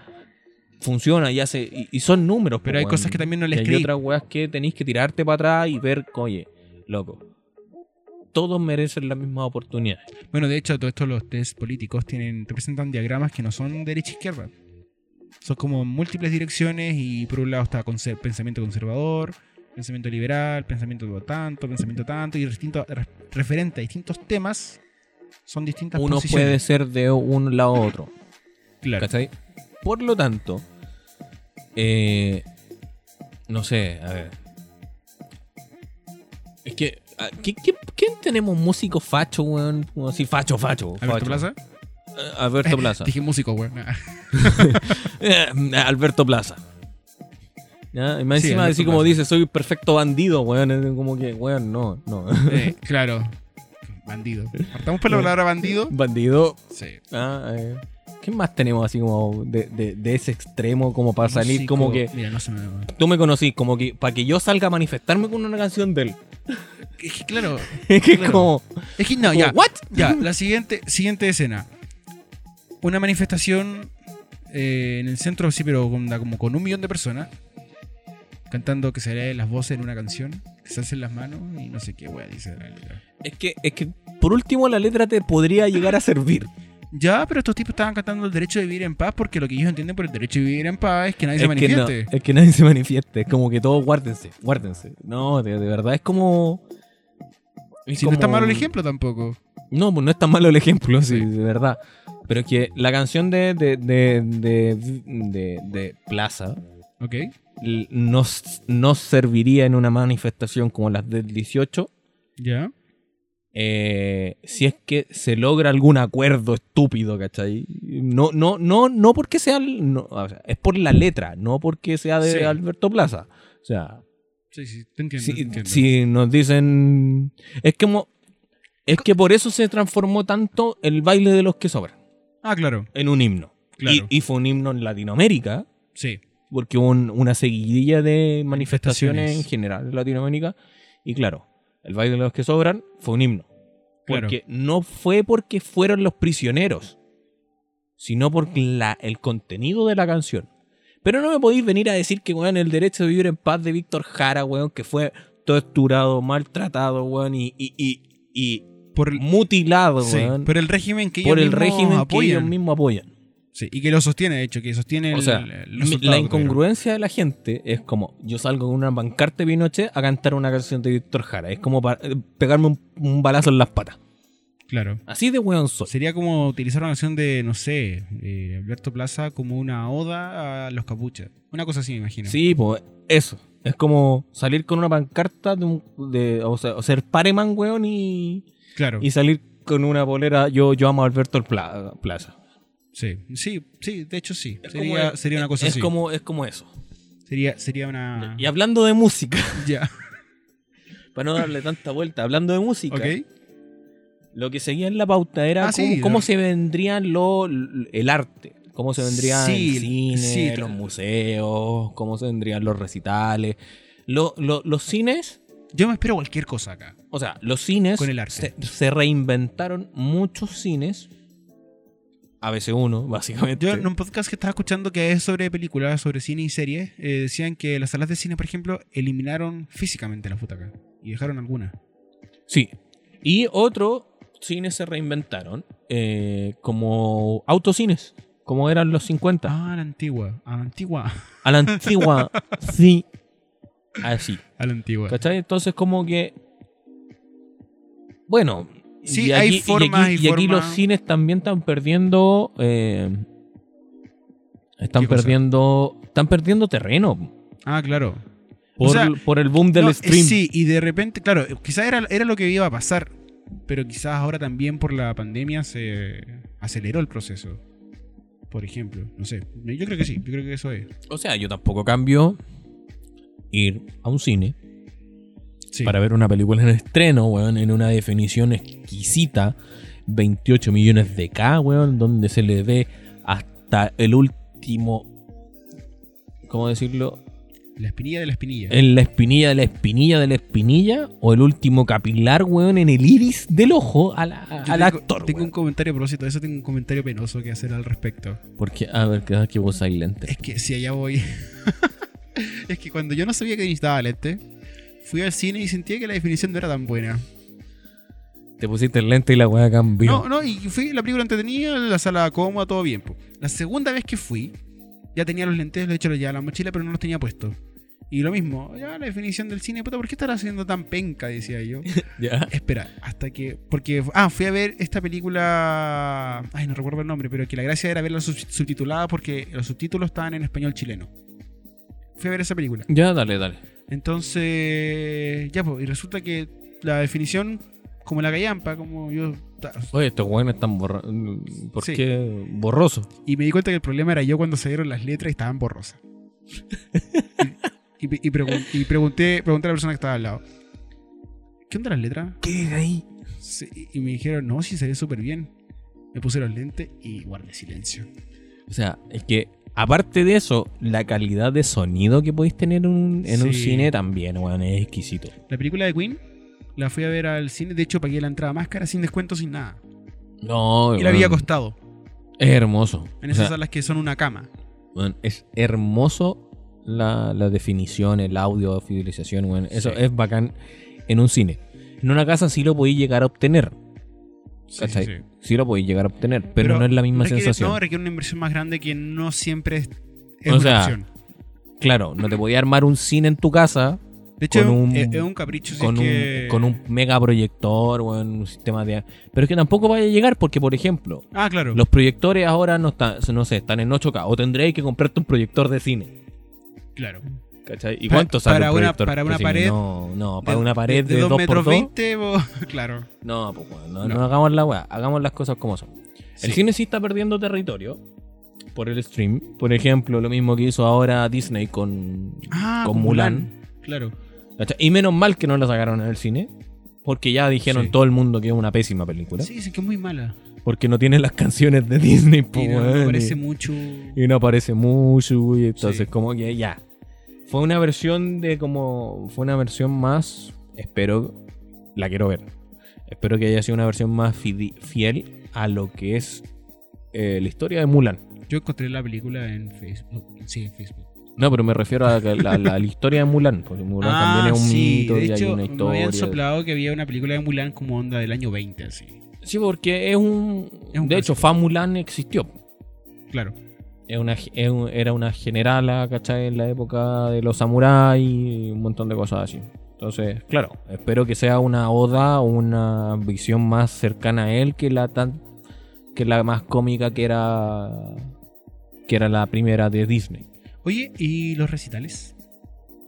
B: funciona y, hace, y, y son números.
A: Pero hay
B: weón.
A: cosas que también no
B: Y
A: les
B: hay
A: creí.
B: otras weas que tenéis que tirarte para atrás y ver, oye, loco, todos merecen las mismas oportunidades.
A: Bueno, de hecho, todo esto los test políticos tienen, te presentan diagramas que no son derecha-izquierda. Son como múltiples direcciones y por un lado está conce- pensamiento conservador, pensamiento liberal, pensamiento tanto, pensamiento tanto y distinto, re- referente a distintos temas son distintas
B: Uno puede
A: posiciones.
B: ser de un lado a otro.
A: Claro.
B: ¿Cachai? Por lo tanto, eh, no sé, a ver. Es que, ah, ¿qué- qué- ¿quién tenemos músico facho, weón? Como Así, facho, facho.
A: ¿Alberto
B: facho.
A: Plaza?
B: Eh, Alberto Plaza.
A: Dije músico, güey. Ah,
B: Eh, Alberto Plaza. ¿Ya? Y más
A: Sí,
B: encima,
A: Alberto
B: así como
A: Plaza.
B: dice, soy perfecto bandido, weón. es Como que, weón, no, no.
A: eh, claro. Bandido. ¿Partamos por la palabra bandido?
B: Bandido.
A: Sí.
B: Ah, eh. ¿Qué más tenemos así como de, de- de ese extremo como para salir
A: Músico-
B: como que
A: Mira, no se me...
B: tú me conocís, como que para que yo salga a manifestarme con una canción de él?
A: Es que, claro.
B: Es que es
A: Claro.
B: como,
A: Es que no,
B: como,
A: ya.
B: ¿what?
A: Ya, la siguiente, siguiente escena. Una manifestación eh, en el centro, sí, pero con, como con un millón de personas. Cantando que se leen las voces en una canción, que se hacen las manos y no sé qué wea dice la letra.
B: Es que, es que por último la letra te podría llegar a servir.
A: Ya, pero estos tipos estaban cantando el derecho de vivir en paz porque lo que ellos entienden por el derecho de vivir en paz es que nadie se
B: es, que no,
A: manifieste.
B: es que nadie se manifieste, es como que todos guárdense, guárdense. No, de, de verdad es como... es
A: Si no está
B: como-
A: malo el ejemplo tampoco.
B: No, pues no es tan malo el ejemplo, sí,
A: Sí.
B: de verdad. Pero es que la canción de, de, de, de, de- de Plaza
A: ¿Ok?
B: l- nos, nos serviría en una manifestación como las del 18
A: Ya.
B: eh, si es que se logra algún acuerdo estúpido, ¿cachai? No, no, no, no porque sea, el- no, o sea, es por la letra, no porque sea de
A: Sí.
B: Alberto Plaza. O sea,
A: Sí, sí, te entiendo. te
B: si,
A: entiendo.
B: si nos dicen, es que mo- es que por eso se transformó tanto el baile de los que sobran
A: Ah, claro.
B: en un himno.
A: Claro.
B: Y, y fue un himno en Latinoamérica,
A: Sí.
B: porque hubo un- una seguidilla de manifestaciones
A: Manifestaciones.
B: en general en Latinoamérica. Y claro, el baile de los que sobran fue un himno.
A: Claro.
B: Porque no fue porque fueron los prisioneros, sino por la- el contenido de la canción. Pero no me podéis venir a decir que, weón, el derecho de vivir en paz de Víctor Jara, weón, que fue torturado, maltratado, weón, y, y- y- y
A: Por el,
B: mutilado,
A: sí,
B: weón,
A: por el régimen que ellos
B: por el
A: mismos
B: régimen que ellos
A: apoyan.
B: mismos apoyan.
A: Sí, y que lo sostiene, de hecho, que sostiene
B: O sea,
A: el- el
B: Mi-
A: resultado
B: la
A: que tuvieron.
B: incongruencia de la gente es como yo salgo con una pancarta de Pinochet a cantar una canción de Víctor Jara. Es como para, eh, pegarme un, un balazo en las patas.
A: Claro.
B: Así de weón soy.
A: Sería como utilizar una canción de, no sé, de Alberto Plaza como una oda a los capuchas. Una cosa así, me imagino.
B: Sí, pues eso. Es como salir con una pancarta de, un- de- o, sea, o ser pareman, weón, y,
A: Claro.
B: y salir con una bolera. Yo, yo amo a Alberto el Pla- Plaza.
A: Sí, sí, sí, de hecho sí.
B: Es
A: Sería,
B: como-
A: sería una cosa
B: es
A: así.
B: como Es como eso.
A: Sería, sería una.
B: Y hablando de música,
A: Ya.
B: para no darle tanta vuelta, hablando de música,
A: ¿Ok?
B: Lo que seguía en la pauta era
A: Ah,
B: cómo,
A: sí,
B: cómo
A: lo-
B: se vendría lo, el arte. Cómo se vendría
A: Sí,
B: el cine,
A: sí,
B: los
A: cl-
B: museos, cómo se vendrían los recitales. Lo- lo- los cines,
A: Yo me espero cualquier cosa acá.
B: o sea, los cines
A: Con el
B: Se,
A: arte.
B: se reinventaron muchos cines. ABC1, básicamente.
A: Yo en un podcast que estaba escuchando que es sobre películas, sobre cine y series, eh, decían que las salas de cine, por ejemplo, eliminaron físicamente las butacas y dejaron algunas.
B: Sí. Y otro cines se reinventaron eh, como autocines, como eran los 50.
A: Ah, la antigua, a la antigua,
B: A la antigua, sí. Así.
A: a la antigua.
B: ¿Cachai? Entonces, como que. Bueno.
A: Sí, hay formas
B: y
A: y
B: aquí, y aquí
A: formas.
B: los cines también están perdiendo. eh, están
A: ¿Qué cosa?
B: perdiendo. Están perdiendo terreno.
A: Ah, claro.
B: Por,
A: sea,
B: por el boom del
A: No, eh,
B: stream.
A: Sí, y de repente, claro, quizás era, era lo que iba a pasar, pero quizás ahora también por la pandemia se aceleró el proceso. Por ejemplo, no sé. Yo creo que sí, yo creo que eso es.
B: O sea, yo tampoco cambio ir a un cine
A: Sí.
B: para ver una película en estreno, weón, en una definición exquisita, 28 millones de K, weón, donde se le ve hasta el último, ¿cómo decirlo?
A: La espinilla de la espinilla.
B: En la espinilla de la espinilla de la espinilla, o el último capilar, weón, en el iris del ojo a la-
A: Yo
B: al
A: tengo,
B: actor,
A: Tengo un
B: weón.
A: comentario a propósito de eso, tengo un comentario penoso que hacer al respecto.
B: Porque, a ver, que que vos hay lentes.
A: Es que si allá voy. es que cuando yo no sabía que necesitaba lente, fui al cine y sentía que la definición no era tan buena.
B: Te pusiste el lente y la weá cambió.
A: No, no, y fui, la película entretenida, la sala cómoda, todo bien. po. La segunda vez que fui, ya tenía los lentes, de hecho los llevaba en la mochila, pero no los tenía puestos. Y lo mismo, ya la definición del cine, puta, ¿por qué estará haciendo tan penca? Decía yo.
B: Ya.
A: Espera, hasta que. Porque. Ah, fui a ver esta película. Ay, no recuerdo el nombre, pero que la gracia era verla sub- subtitulada porque los subtítulos estaban en español chileno. Fui a ver esa película.
B: Ya, dale, dale.
A: Entonces. Ya, pues, y resulta que la definición, como la gallampa, como yo. ta-
B: Oye, estos weones están borrosos. ¿Por
A: Sí.
B: qué borrosos?
A: Y me di cuenta que el problema era yo cuando se dieron las letras y estaban borrosas. y, y- y pregun- y pregunté, pregunté a la persona que estaba al lado. ¿Qué onda las letras?
B: ¿Qué es ahí?
A: Sí, y- y me dijeron, no, sí se ve súper bien. Me puse los lentes y guardé silencio.
B: O sea, es que aparte de eso, la calidad de sonido que podéis tener un- en un
A: Sí.
B: cine también, weón, es exquisito.
A: La película de Queen la fui a ver al cine. De hecho, pagué la entrada más cara sin descuento, sin nada.
B: No,
A: Y la
B: weón,
A: había costado.
B: Es hermoso.
A: En
B: O
A: esas
B: sea,
A: salas que son una cama.
B: weón, es hermoso la, la definición, el audio, la fidelización, weón. Eso
A: Sí.
B: es bacán en un cine. En una casa sí lo podéis llegar a obtener.
A: Sí,
B: ¿Cachai? Sí,
A: sí, sí.
B: lo podéis llegar a obtener, pero, no es la misma
A: requiere-
B: sensación.
A: No, requiere una inversión más grande que no siempre es, es
B: O
A: una
B: sea,
A: opción.
B: Claro, no te podía armar un cine en tu casa
A: De hecho,
B: con
A: es un-
B: un-
A: es, es un capricho. si
B: con,
A: es
B: un,
A: que-
B: con un megaproyector o en un sistema de... Pero es que tampoco vaya a llegar porque, por ejemplo,
A: Ah, claro.
B: los proyectores ahora no están, no sé, están en 8K o tendréis que comprarte un proyector de cine.
A: claro.
B: ¿Cachai? ¿Y
A: Pa-
B: cuánto sale
A: para
B: un
A: una-
B: proyector
A: para
B: de
A: una
B: cine?
A: pared
B: No, no, para
A: De-
B: una pared de, 2
A: dos metros
B: por 2
A: veinte, vos- claro.
B: No, pues, weón, no,
A: No.
B: no hagamos la weá, hagamos las cosas como son.
A: Sí.
B: El cine sí está perdiendo territorio por el stream. Por ejemplo, lo mismo que hizo ahora Disney con,
A: Ah,
B: con Mulan.
A: Claro.
B: ¿Cachai? Y menos mal que no la sacaron en el cine. Porque ya dijeron
A: Sí.
B: todo el mundo que es una pésima película.
A: Sí, sí, que es muy mala.
B: Porque no tiene las canciones de Disney, po,
A: Y no, no
B: weón,
A: parece
B: y-
A: mucho.
B: y no aparece mucho. Y entonces,
A: Sí.
B: como que ya. Fue una versión de como. Fue una versión más. Espero. La quiero ver. Espero que haya sido una versión más fidi- fiel a lo que es eh, la historia de Mulan.
A: Yo encontré la película en Facebook. Sí, en Facebook.
B: No, pero me refiero a la, la- la- la historia de Mulan. Porque Mulan también es un mito
A: Ah, de
B: y hay
A: hecho,
B: una
A: Me habían
B: historia.
A: soplado que había una película de Mulan como onda del año 20, así.
B: Sí, porque es un.
A: Es un
B: de hecho,
A: clásico.
B: Famulan existió.
A: Claro.
B: Es una, es un- era una generala, ¿cachai? En la época de los samuráis y un montón de cosas así. Entonces, claro, espero que sea una oda, una visión más cercana a él que la tan que la más cómica que era que era la primera de Disney.
A: Oye, ¿y los recitales?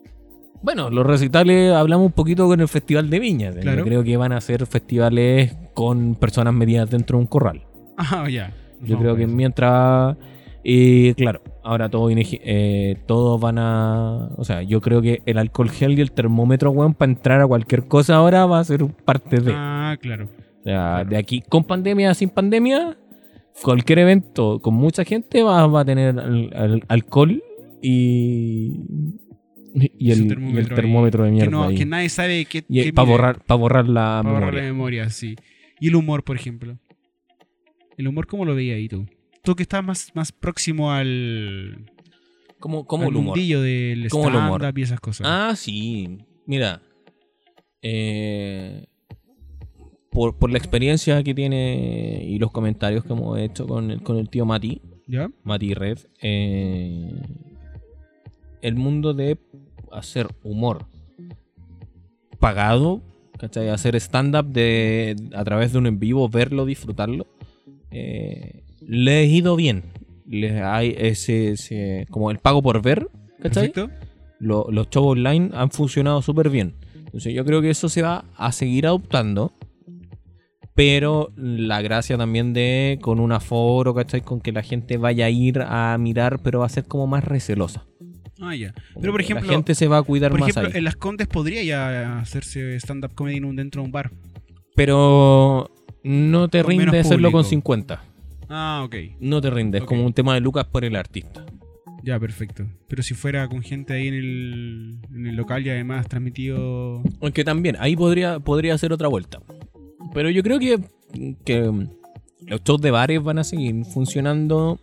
B: Bueno, los recitales hablamos un poquito con el Festival de Viña. Yo
A: Claro.
B: creo que van a ser festivales con personas medidas dentro de un corral.
A: Ah, ya.
B: Yo
A: No,
B: creo que
A: pues.
B: mientras. Y claro, ahora todo viene gi- eh, todos van a. O sea, yo creo que el alcohol gel y el termómetro, weón, para entrar a cualquier cosa ahora va a ser parte de.
A: Ah, claro.
B: O sea, de aquí, con pandemia, sin pandemia, cualquier evento con mucha gente va, va a tener al- al- alcohol y, y,
A: Su
B: el, y el termómetro,
A: termómetro ahí.
B: de mierda.
A: Que, no-
B: ahí.
A: que nadie sabe qué.
B: Y-
A: qué
B: para
A: mide.
B: borrar, pa' borrar la
A: Para borrar la
B: memoria.
A: memoria, sí. Y el humor, por ejemplo. El humor, ¿cómo lo veía ahí tú? Tú que estás más, más próximo al,
B: ¿Cómo,
A: al
B: cómo el humor?
A: mundillo del
B: ¿Cómo el humor?
A: stand-up y esas cosas.
B: Ah, sí. Mira. eh, por, por la experiencia que tiene y los comentarios que hemos hecho con el, con el tío Mati,
A: ¿Ya?
B: Mati Red, eh, el mundo de hacer humor pagado, ¿cachai? Hacer stand-up de- a través de un en vivo, verlo, disfrutarlo, eh, le he ido bien. Les hay ese, ese- como el pago por ver, ¿cachai?
A: ¿Perfecto?
B: lo- los shows online han funcionado súper bien. Entonces yo creo que eso se va a seguir adoptando. Pero la gracia también de con un aforo, ¿cachai? Con que la gente vaya a ir a mirar, pero va a ser como más recelosa.
A: Ah, ya.
B: Como
A: Pero, por
B: que
A: ejemplo,
B: La gente se va a cuidar
A: por
B: más
A: ejemplo
B: ahí.
A: en Las Condes podría ya hacerse stand-up comedy en un- dentro de un bar.
B: Pero no te
A: Con menos
B: rinde hacerlo con
A: público.
B: 50.
A: Ah, ok.
B: No te rinde. Es
A: Ok.
B: como un tema de lucas por el artista.
A: Ya, perfecto. Pero si fuera con gente ahí en el, en el local y además transmitido...
B: Aunque también, ahí podría, podría hacer otra vuelta. Pero yo creo que, que los shows de bares van a seguir funcionando.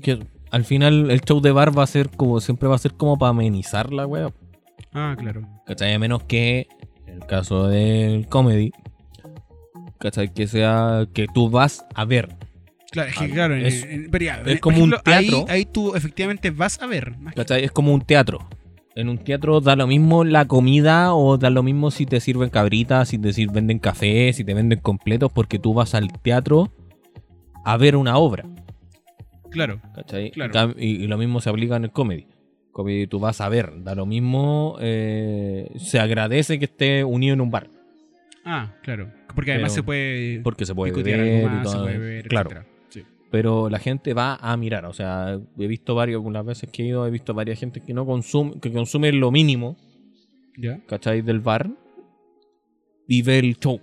B: Que al final el show de bar va a ser como, siempre va a ser como para amenizar la wea.
A: Ah, claro.
B: ¿Cachai? A menos que en el caso del comedy. ¿Cachai? Que sea que tú vas a ver.
A: Claro, es
B: Ah,
A: que claro, en-
B: es-
A: en- pero ya,
B: es
A: por
B: como un teatro.
A: Ahí, ahí tú efectivamente vas a ver. Más que-
B: ¿Cachai? Es como un teatro. En un teatro da lo mismo la comida o da lo mismo si te sirven cabritas, si te sirven venden café, si te venden completos, porque tú vas al teatro a ver una obra.
A: claro.
B: ¿Cachai?
A: Claro.
B: Tam- Y, y lo mismo se aplica en el comedy. Comedy tú vas a ver, da lo mismo, eh, se agradece que esté unido en un bar,
A: Ah, claro. Porque además
B: Pero-
A: se puede
B: porque se puede
A: discutir
B: beber
A: algo
B: y
A: más, se
B: todo.
A: puede ver,
B: claro.
A: etcétera. Sí.
B: pero la gente va a mirar. O sea, he visto varios, las veces que he ido, he visto varias gente que no consume, que consume lo mínimo,
A: ¿Ya?
B: ¿cachai? Del bar y ve el show.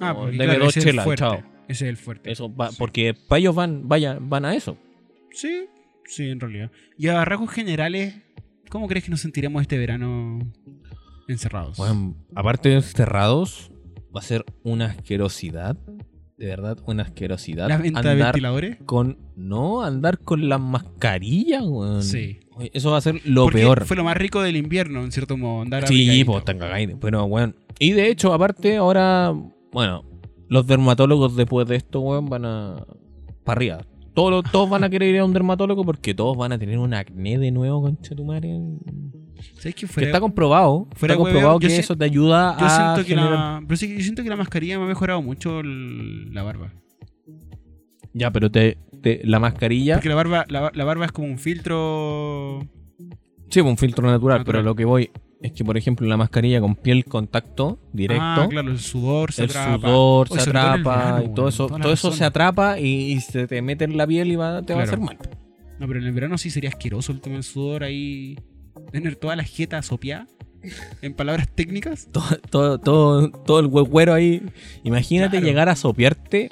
A: Ah,
B: Como,
A: porque
B: deme
A: claro,
B: dos
A: ese es el
B: chelas,
A: fuerte.
B: chao.
A: Ese es el fuerte.
B: Eso va-
A: Sí.
B: Porque para ellos van, vaya, van a eso.
A: Sí, sí, en realidad. Y a rasgos generales, ¿cómo crees que nos sentiremos este verano encerrados?
B: Bueno, aparte de cerrados, va a ser una asquerosidad. De verdad, una asquerosidad.
A: ¿Las ventas de
B: andar
A: ventiladores?
B: con. No, andar con las mascarillas, weón.
A: Sí.
B: Oye, Eso va a ser lo
A: Porque
B: peor.
A: Fue lo más rico del invierno, en cierto modo. Andar
B: Sí,
A: abrigadito.
B: pues están cagados. Pero, weón. Y de hecho, aparte, ahora. Bueno, los dermatólogos después de esto, weón, van a. Para arriba. Todos, todos van a querer ir a un dermatólogo porque todos van a tener un acné de nuevo, concha tu madre.
A: ¿Sabes qué?
B: Que
A: Fuera-
B: está comprobado.
A: fuera
B: está
A: de hueveo,
B: comprobado
A: yo
B: que
A: si-
B: eso te ayuda
A: yo
B: a.
A: siento que
B: generar-
A: la, pero sí, yo siento que la mascarilla me ha mejorado mucho el- la barba.
B: Ya, pero te, te- la mascarilla.
A: Porque la barba, la, la barba es como un filtro.
B: Sí, pues, un filtro natural,
A: Natural.
B: pero lo que voy es que, por ejemplo, la mascarilla con piel contacto directo.
A: Ah, claro, el sudor se
B: El
A: atrapa.
B: sudor
A: Oye,
B: se
A: sobre todo en el
B: atrapa
A: verano,
B: y
A: weón,
B: todo eso,
A: toda la
B: todo eso
A: razón.
B: se atrapa y, y se te mete en la piel y va- te va a hacer
A: Claro.
B: mal.
A: No, pero en el verano sí sería asqueroso el tema del sudor ahí. Tener toda la jeta sopeada. En palabras técnicas.
B: Todo, todo, todo, todo el huecuero ahí. Imagínate
A: Claro.
B: llegar a sopearte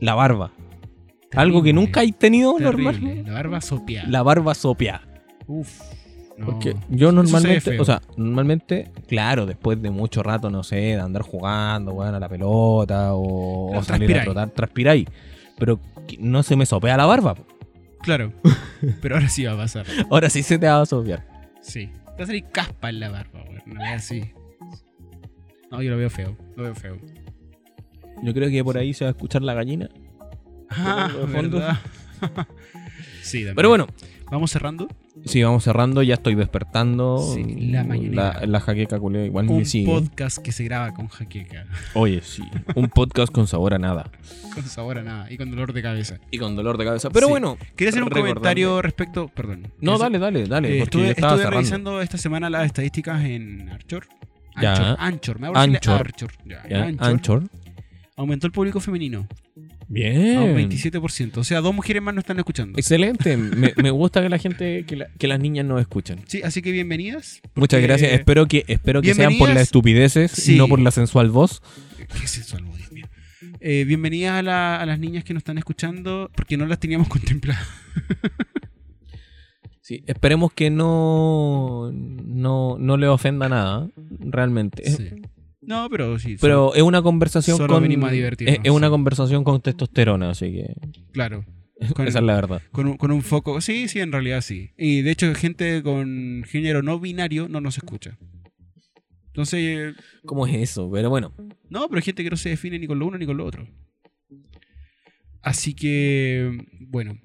B: la barba. Algo que
A: Terrible,
B: nunca has tenido
A: terrible.
B: normal.
A: La barba sopeada.
B: La barba sopia.
A: Uf. no.
B: Porque yo
A: Eso se ve
B: normalmente,
A: feo.
B: o sea, normalmente, claro, después de mucho rato, no sé, de andar jugando, weón, a la pelota o,
A: Claro,
B: o salir
A: transpiráis.
B: a trotar, transpiráis. Pero que no se me sopea la barba. po.
A: Claro. Pero ahora sí va a pasar.
B: Ahora sí se te va a sopear.
A: Sí. Te Va a salir caspa en la barba, weón. Una vez así. No, yo lo veo feo. Lo veo feo.
B: Yo creo que por ahí se va a escuchar la gallina.
A: Ah,
B: de fondo.
A: ¿verdad? sí, también.
B: Pero bueno,
A: Vamos cerrando.
B: sí, vamos cerrando, ya estoy despertando.
A: Sí, la mañanera.
B: La, la jaqueca culé igual
A: Un
B: me sigue.
A: podcast que se graba con jaqueca.
B: Oye, sí. Un podcast con sabor a nada.
A: Con sabor a nada y con dolor de cabeza.
B: Y con dolor de cabeza. Pero
A: Sí.
B: bueno.
A: Quería hacer un
B: recordando-
A: comentario respecto. Perdón.
B: No,
A: Quería hacer-
B: dale, dale, dale.
A: Eh,
B: porque
A: estuve
B: yo estaba
A: estuve
B: cerrando.
A: revisando esta semana las estadísticas en Archor.
B: Ya.
A: Anchor, Anchor, me hago decirle
B: Anchor.
A: Archor. Ya,
B: Ya,
A: Anchor.
B: Anchor.
A: Aumentó el público femenino
B: Bien.
A: a un 27%. O sea, dos mujeres más no están escuchando.
B: Excelente. Me, me gusta que la gente, que, la- que las niñas nos escuchen.
A: Sí, así que bienvenidas.
B: Muchas
A: porque-
B: gracias. Espero que, espero que sean
A: Bienvenidas.
B: por las estupideces,
A: Sí.
B: no por la sensual voz.
A: ¿Qué es eso, Albo? Dios mío. Eh, bienvenidas a, la- a las niñas que nos están escuchando, porque no las teníamos contempladas.
B: Sí, esperemos que no, no, no le ofenda nada, realmente. Es-
A: Sí. No, pero sí.
B: Eh, Pero es una conversación
A: Solo
B: con.
A: venimos a divertirnos,
B: es, es una
A: sí.
B: conversación con testosterona, así que.
A: sí, claro. Con-
B: esa es la verdad.
A: Con un, con un foco. Sí, sí, en realidad sí. Y de hecho, gente con género no binario no nos escucha. Entonces, eh,
B: ¿Cómo es eso? Pero bueno,
A: no, pero hay gente que no se define ni con lo uno ni con lo otro. Así que, bueno,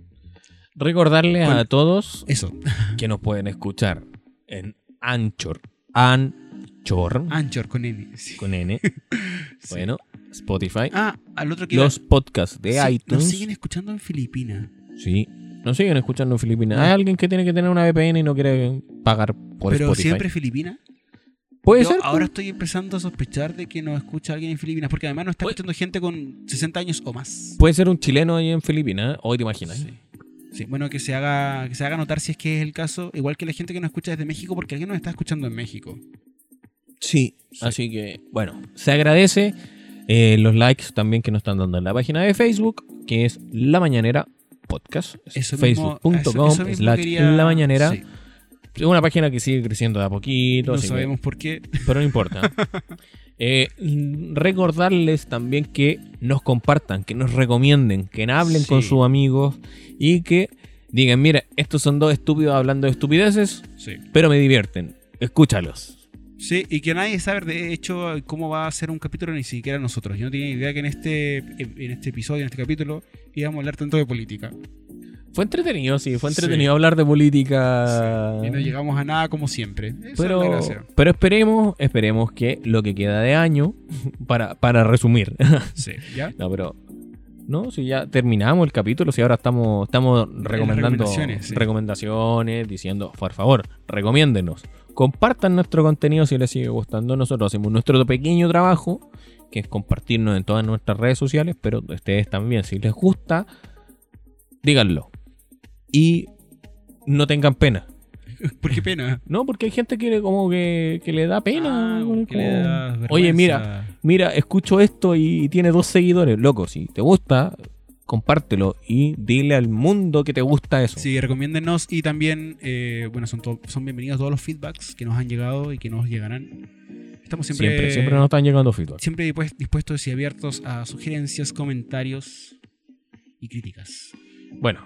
B: recordarle a
A: Con-
B: todos
A: eso.
B: que nos pueden escuchar en Anchor. Anchor.
A: Anchor con N. Ah. sí,
B: con N.
A: sí.
B: Bueno, Spotify.
A: Ah, al otro que iba-
B: los podcasts de
A: Sí,
B: iTunes.
A: Nos siguen escuchando en Filipinas.
B: Sí. Nos siguen escuchando en Filipinas. Hay alguien que tiene que tener una VPN y no quiere pagar por
A: Pero
B: Spotify.
A: siempre Filipinas.
B: Puede
A: Yo
B: ser. pues.
A: ahora estoy empezando a sospechar de que nos escucha alguien en Filipinas, porque además nos está
B: Pues-
A: escuchando gente con 60 años o más.
B: Puede ser un chileno ahí en Filipinas. ¿eh? Hoy te imaginas.
A: Sí. Sí, bueno, que se haga que se haga notar si es que es el caso, igual que la gente que nos escucha desde México, porque alguien nos está escuchando en México.
B: Sí. Así que, bueno, se agradece eh, los likes también que nos están dando en la página de Facebook, que es La Mañanera Podcast.
A: Eso mismo- eso-
B: Facebook.com
A: eso mismo
B: slash
A: quería-
B: La Mañanera.
A: Sí,
B: Es una página que sigue creciendo de a poquito.
A: no
B: así que-
A: sabemos por qué.
B: pero no importa. Eh, recordarles también que nos compartan, que nos recomienden, que hablen
A: Sí.
B: con sus amigos y que digan, mira, estos son dos estúpidos hablando de estupideces,
A: Sí.
B: pero me divierten. Escúchalos.
A: Sí, y que nadie sabe de hecho cómo va a ser un capítulo ni siquiera nosotros. Yo no tenía idea que en este en este episodio, en este capítulo íbamos a hablar tanto de política.
B: Fue entretenido, sí, fue
A: Sí.
B: entretenido hablar de política.
A: Y no llegamos a nada como siempre. Esa es la
B: Ah. pero,
A: gracia.
B: pero esperemos, esperemos que lo que queda de año, para, para resumir,
A: Sí, ¿ya?
B: No, pero. No, si ya terminamos el capítulo, si ahora estamos, estamos recomendando
A: recomendaciones, sí.
B: recomendaciones, diciendo, por favor, recomiéndenos. Compartan nuestro contenido si les sigue gustando. Nosotros hacemos nuestro pequeño trabajo, que es compartirnos en todas nuestras redes sociales, pero ustedes también, si les gusta, díganlo. Y no tengan pena.
A: ¿Por qué pena?
B: No, porque hay gente que le- como que, que le da pena.
A: Ah,
B: como-
A: que le da
B: Oye,
A: vergüenza.
B: mira, mira, escucho esto y tiene dos seguidores. Loco, si te gusta, compártelo y dile al mundo que te gusta eso.
A: Sí, recomiéndenos y también, eh, bueno, son, to- son bienvenidos todos los feedbacks que nos han llegado y que nos llegarán. Estamos siempre,
B: siempre, siempre, nos están llegando feedback.
A: siempre dispues- dispuestos y abiertos a sugerencias, comentarios y críticas.
B: Bueno,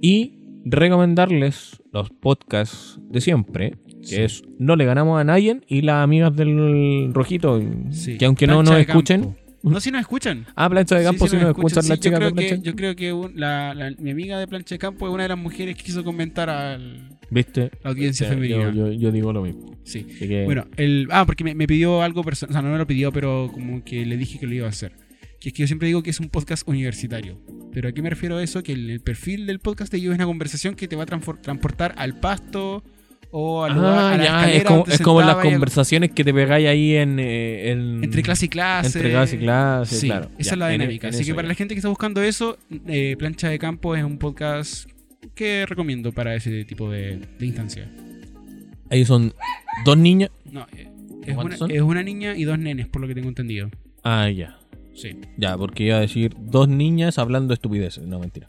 B: y recomendarles los podcasts de siempre, que
A: Sí.
B: es No le ganamos a nadie y las amigas del rojito,
A: Sí.
B: que aunque no
A: Plancha
B: nos
A: de campo.
B: escuchen...
A: No, si nos escuchan.
B: Ah, plancha de campo,
A: Sí,
B: si
A: sí
B: nos escuchan,
A: Sí,
B: las chicas
A: yo
B: de
A: creo que,
B: plancha.
A: yo creo que un- la- la- mi amiga de plancha de campo es una de las mujeres que quiso comentar a la
B: ¿Viste?
A: audiencia
B: Sí,
A: femenina.
B: Este, yo, yo- yo digo lo mismo.
A: Sí.
B: Así que-
A: Bueno, el, ah, porque me, me pidió algo personal, o sea, no me lo pidió, pero como que le dije que lo iba a hacer. Que es que yo siempre digo que es un podcast universitario. Pero ¿a qué me refiero a eso? Que el, el perfil del podcast de yo es una conversación que te va a transfor- transportar al pasto o al lugar,
B: Ah,
A: a la
B: ya,
A: escalera
B: es como,
A: donde
B: es como las
A: sentabas y algo-
B: conversaciones que te pegáis ahí en, eh, en-
A: Entre clase y clase.
B: entre clase y clase,
A: Sí,
B: claro.
A: esa
B: Ya,
A: es la
B: en- e-
A: dinámica.
B: en
A: Así
B: eso
A: que para
B: ya.
A: la gente que está buscando eso, eh, Plancha de Campo es un podcast que recomiendo para ese tipo de, de instancia.
B: Ahí son dos niñas.
A: No, eh, es,
B: ¿Cuántos
A: una,
B: son?
A: es una niña y dos nenes, por lo que tengo entendido.
B: Ah, ya.
A: Sí.
B: Ya, porque iba a decir dos niñas hablando estupideces. No, mentira.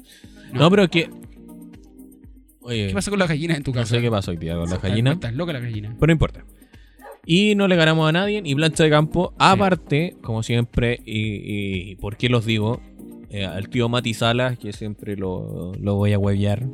B: No,
A: No.
B: pero que. Oye,
A: ¿Qué pasa con las gallinas en tu
B: no
A: casa?
B: sé qué pasó hoy día con la
A: Estás-
B: gallina.
A: Estás loca la gallina.
B: Pero no importa. Y no le ganamos a nadie. Y plancha de campo. Aparte, como siempre, y, y por qué los digo, Eh, al tío Mati Salas, que siempre lo, lo voy a huevear.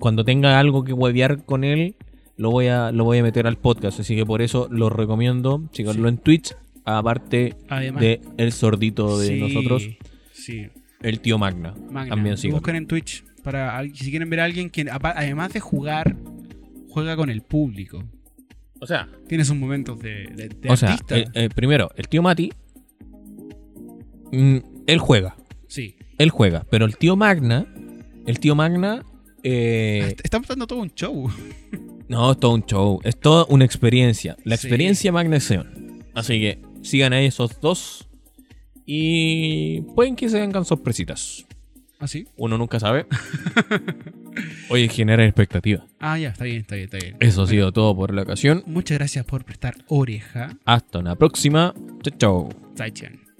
B: Cuando tenga algo que huevear con él, lo voy a, lo voy a meter al podcast. Así que por eso lo recomiendo. Síganlo
A: Sí.
B: en Twitch. Aparte
A: Además,
B: de El Sordito de
A: sí,
B: nosotros,
A: Sí,
B: el tío Magna.
A: Magna.
B: También
A: Lo
B: sigo.
A: Buscan en Twitch para al- si quieren ver a alguien que apa- además de jugar juega con el público.
B: O sea,
A: Tiene sus momentos de, de- de
B: o sea
A: artista.
B: eh, eh, primero, el tío Mati. mm, él juega.
A: sí.
B: Él juega, pero el tío Magna, el tío Magna, eh,
A: Est- Estamos dando todo un show.
B: no, es todo un show, es toda una experiencia. La
A: Sí.
B: experiencia Magna es Xeon. Así que sigan a esos dos y pueden que se vengan sorpresitas.
A: ¿Ah, sí?
B: Uno nunca sabe. Oye, genera expectativa.
A: Ah, ya, está bien, está bien, está bien.
B: Eso ha sido todo por la ocasión.
A: Muchas gracias por prestar oreja,
B: Hasta una próxima. Chao, chao.
A: Taichan.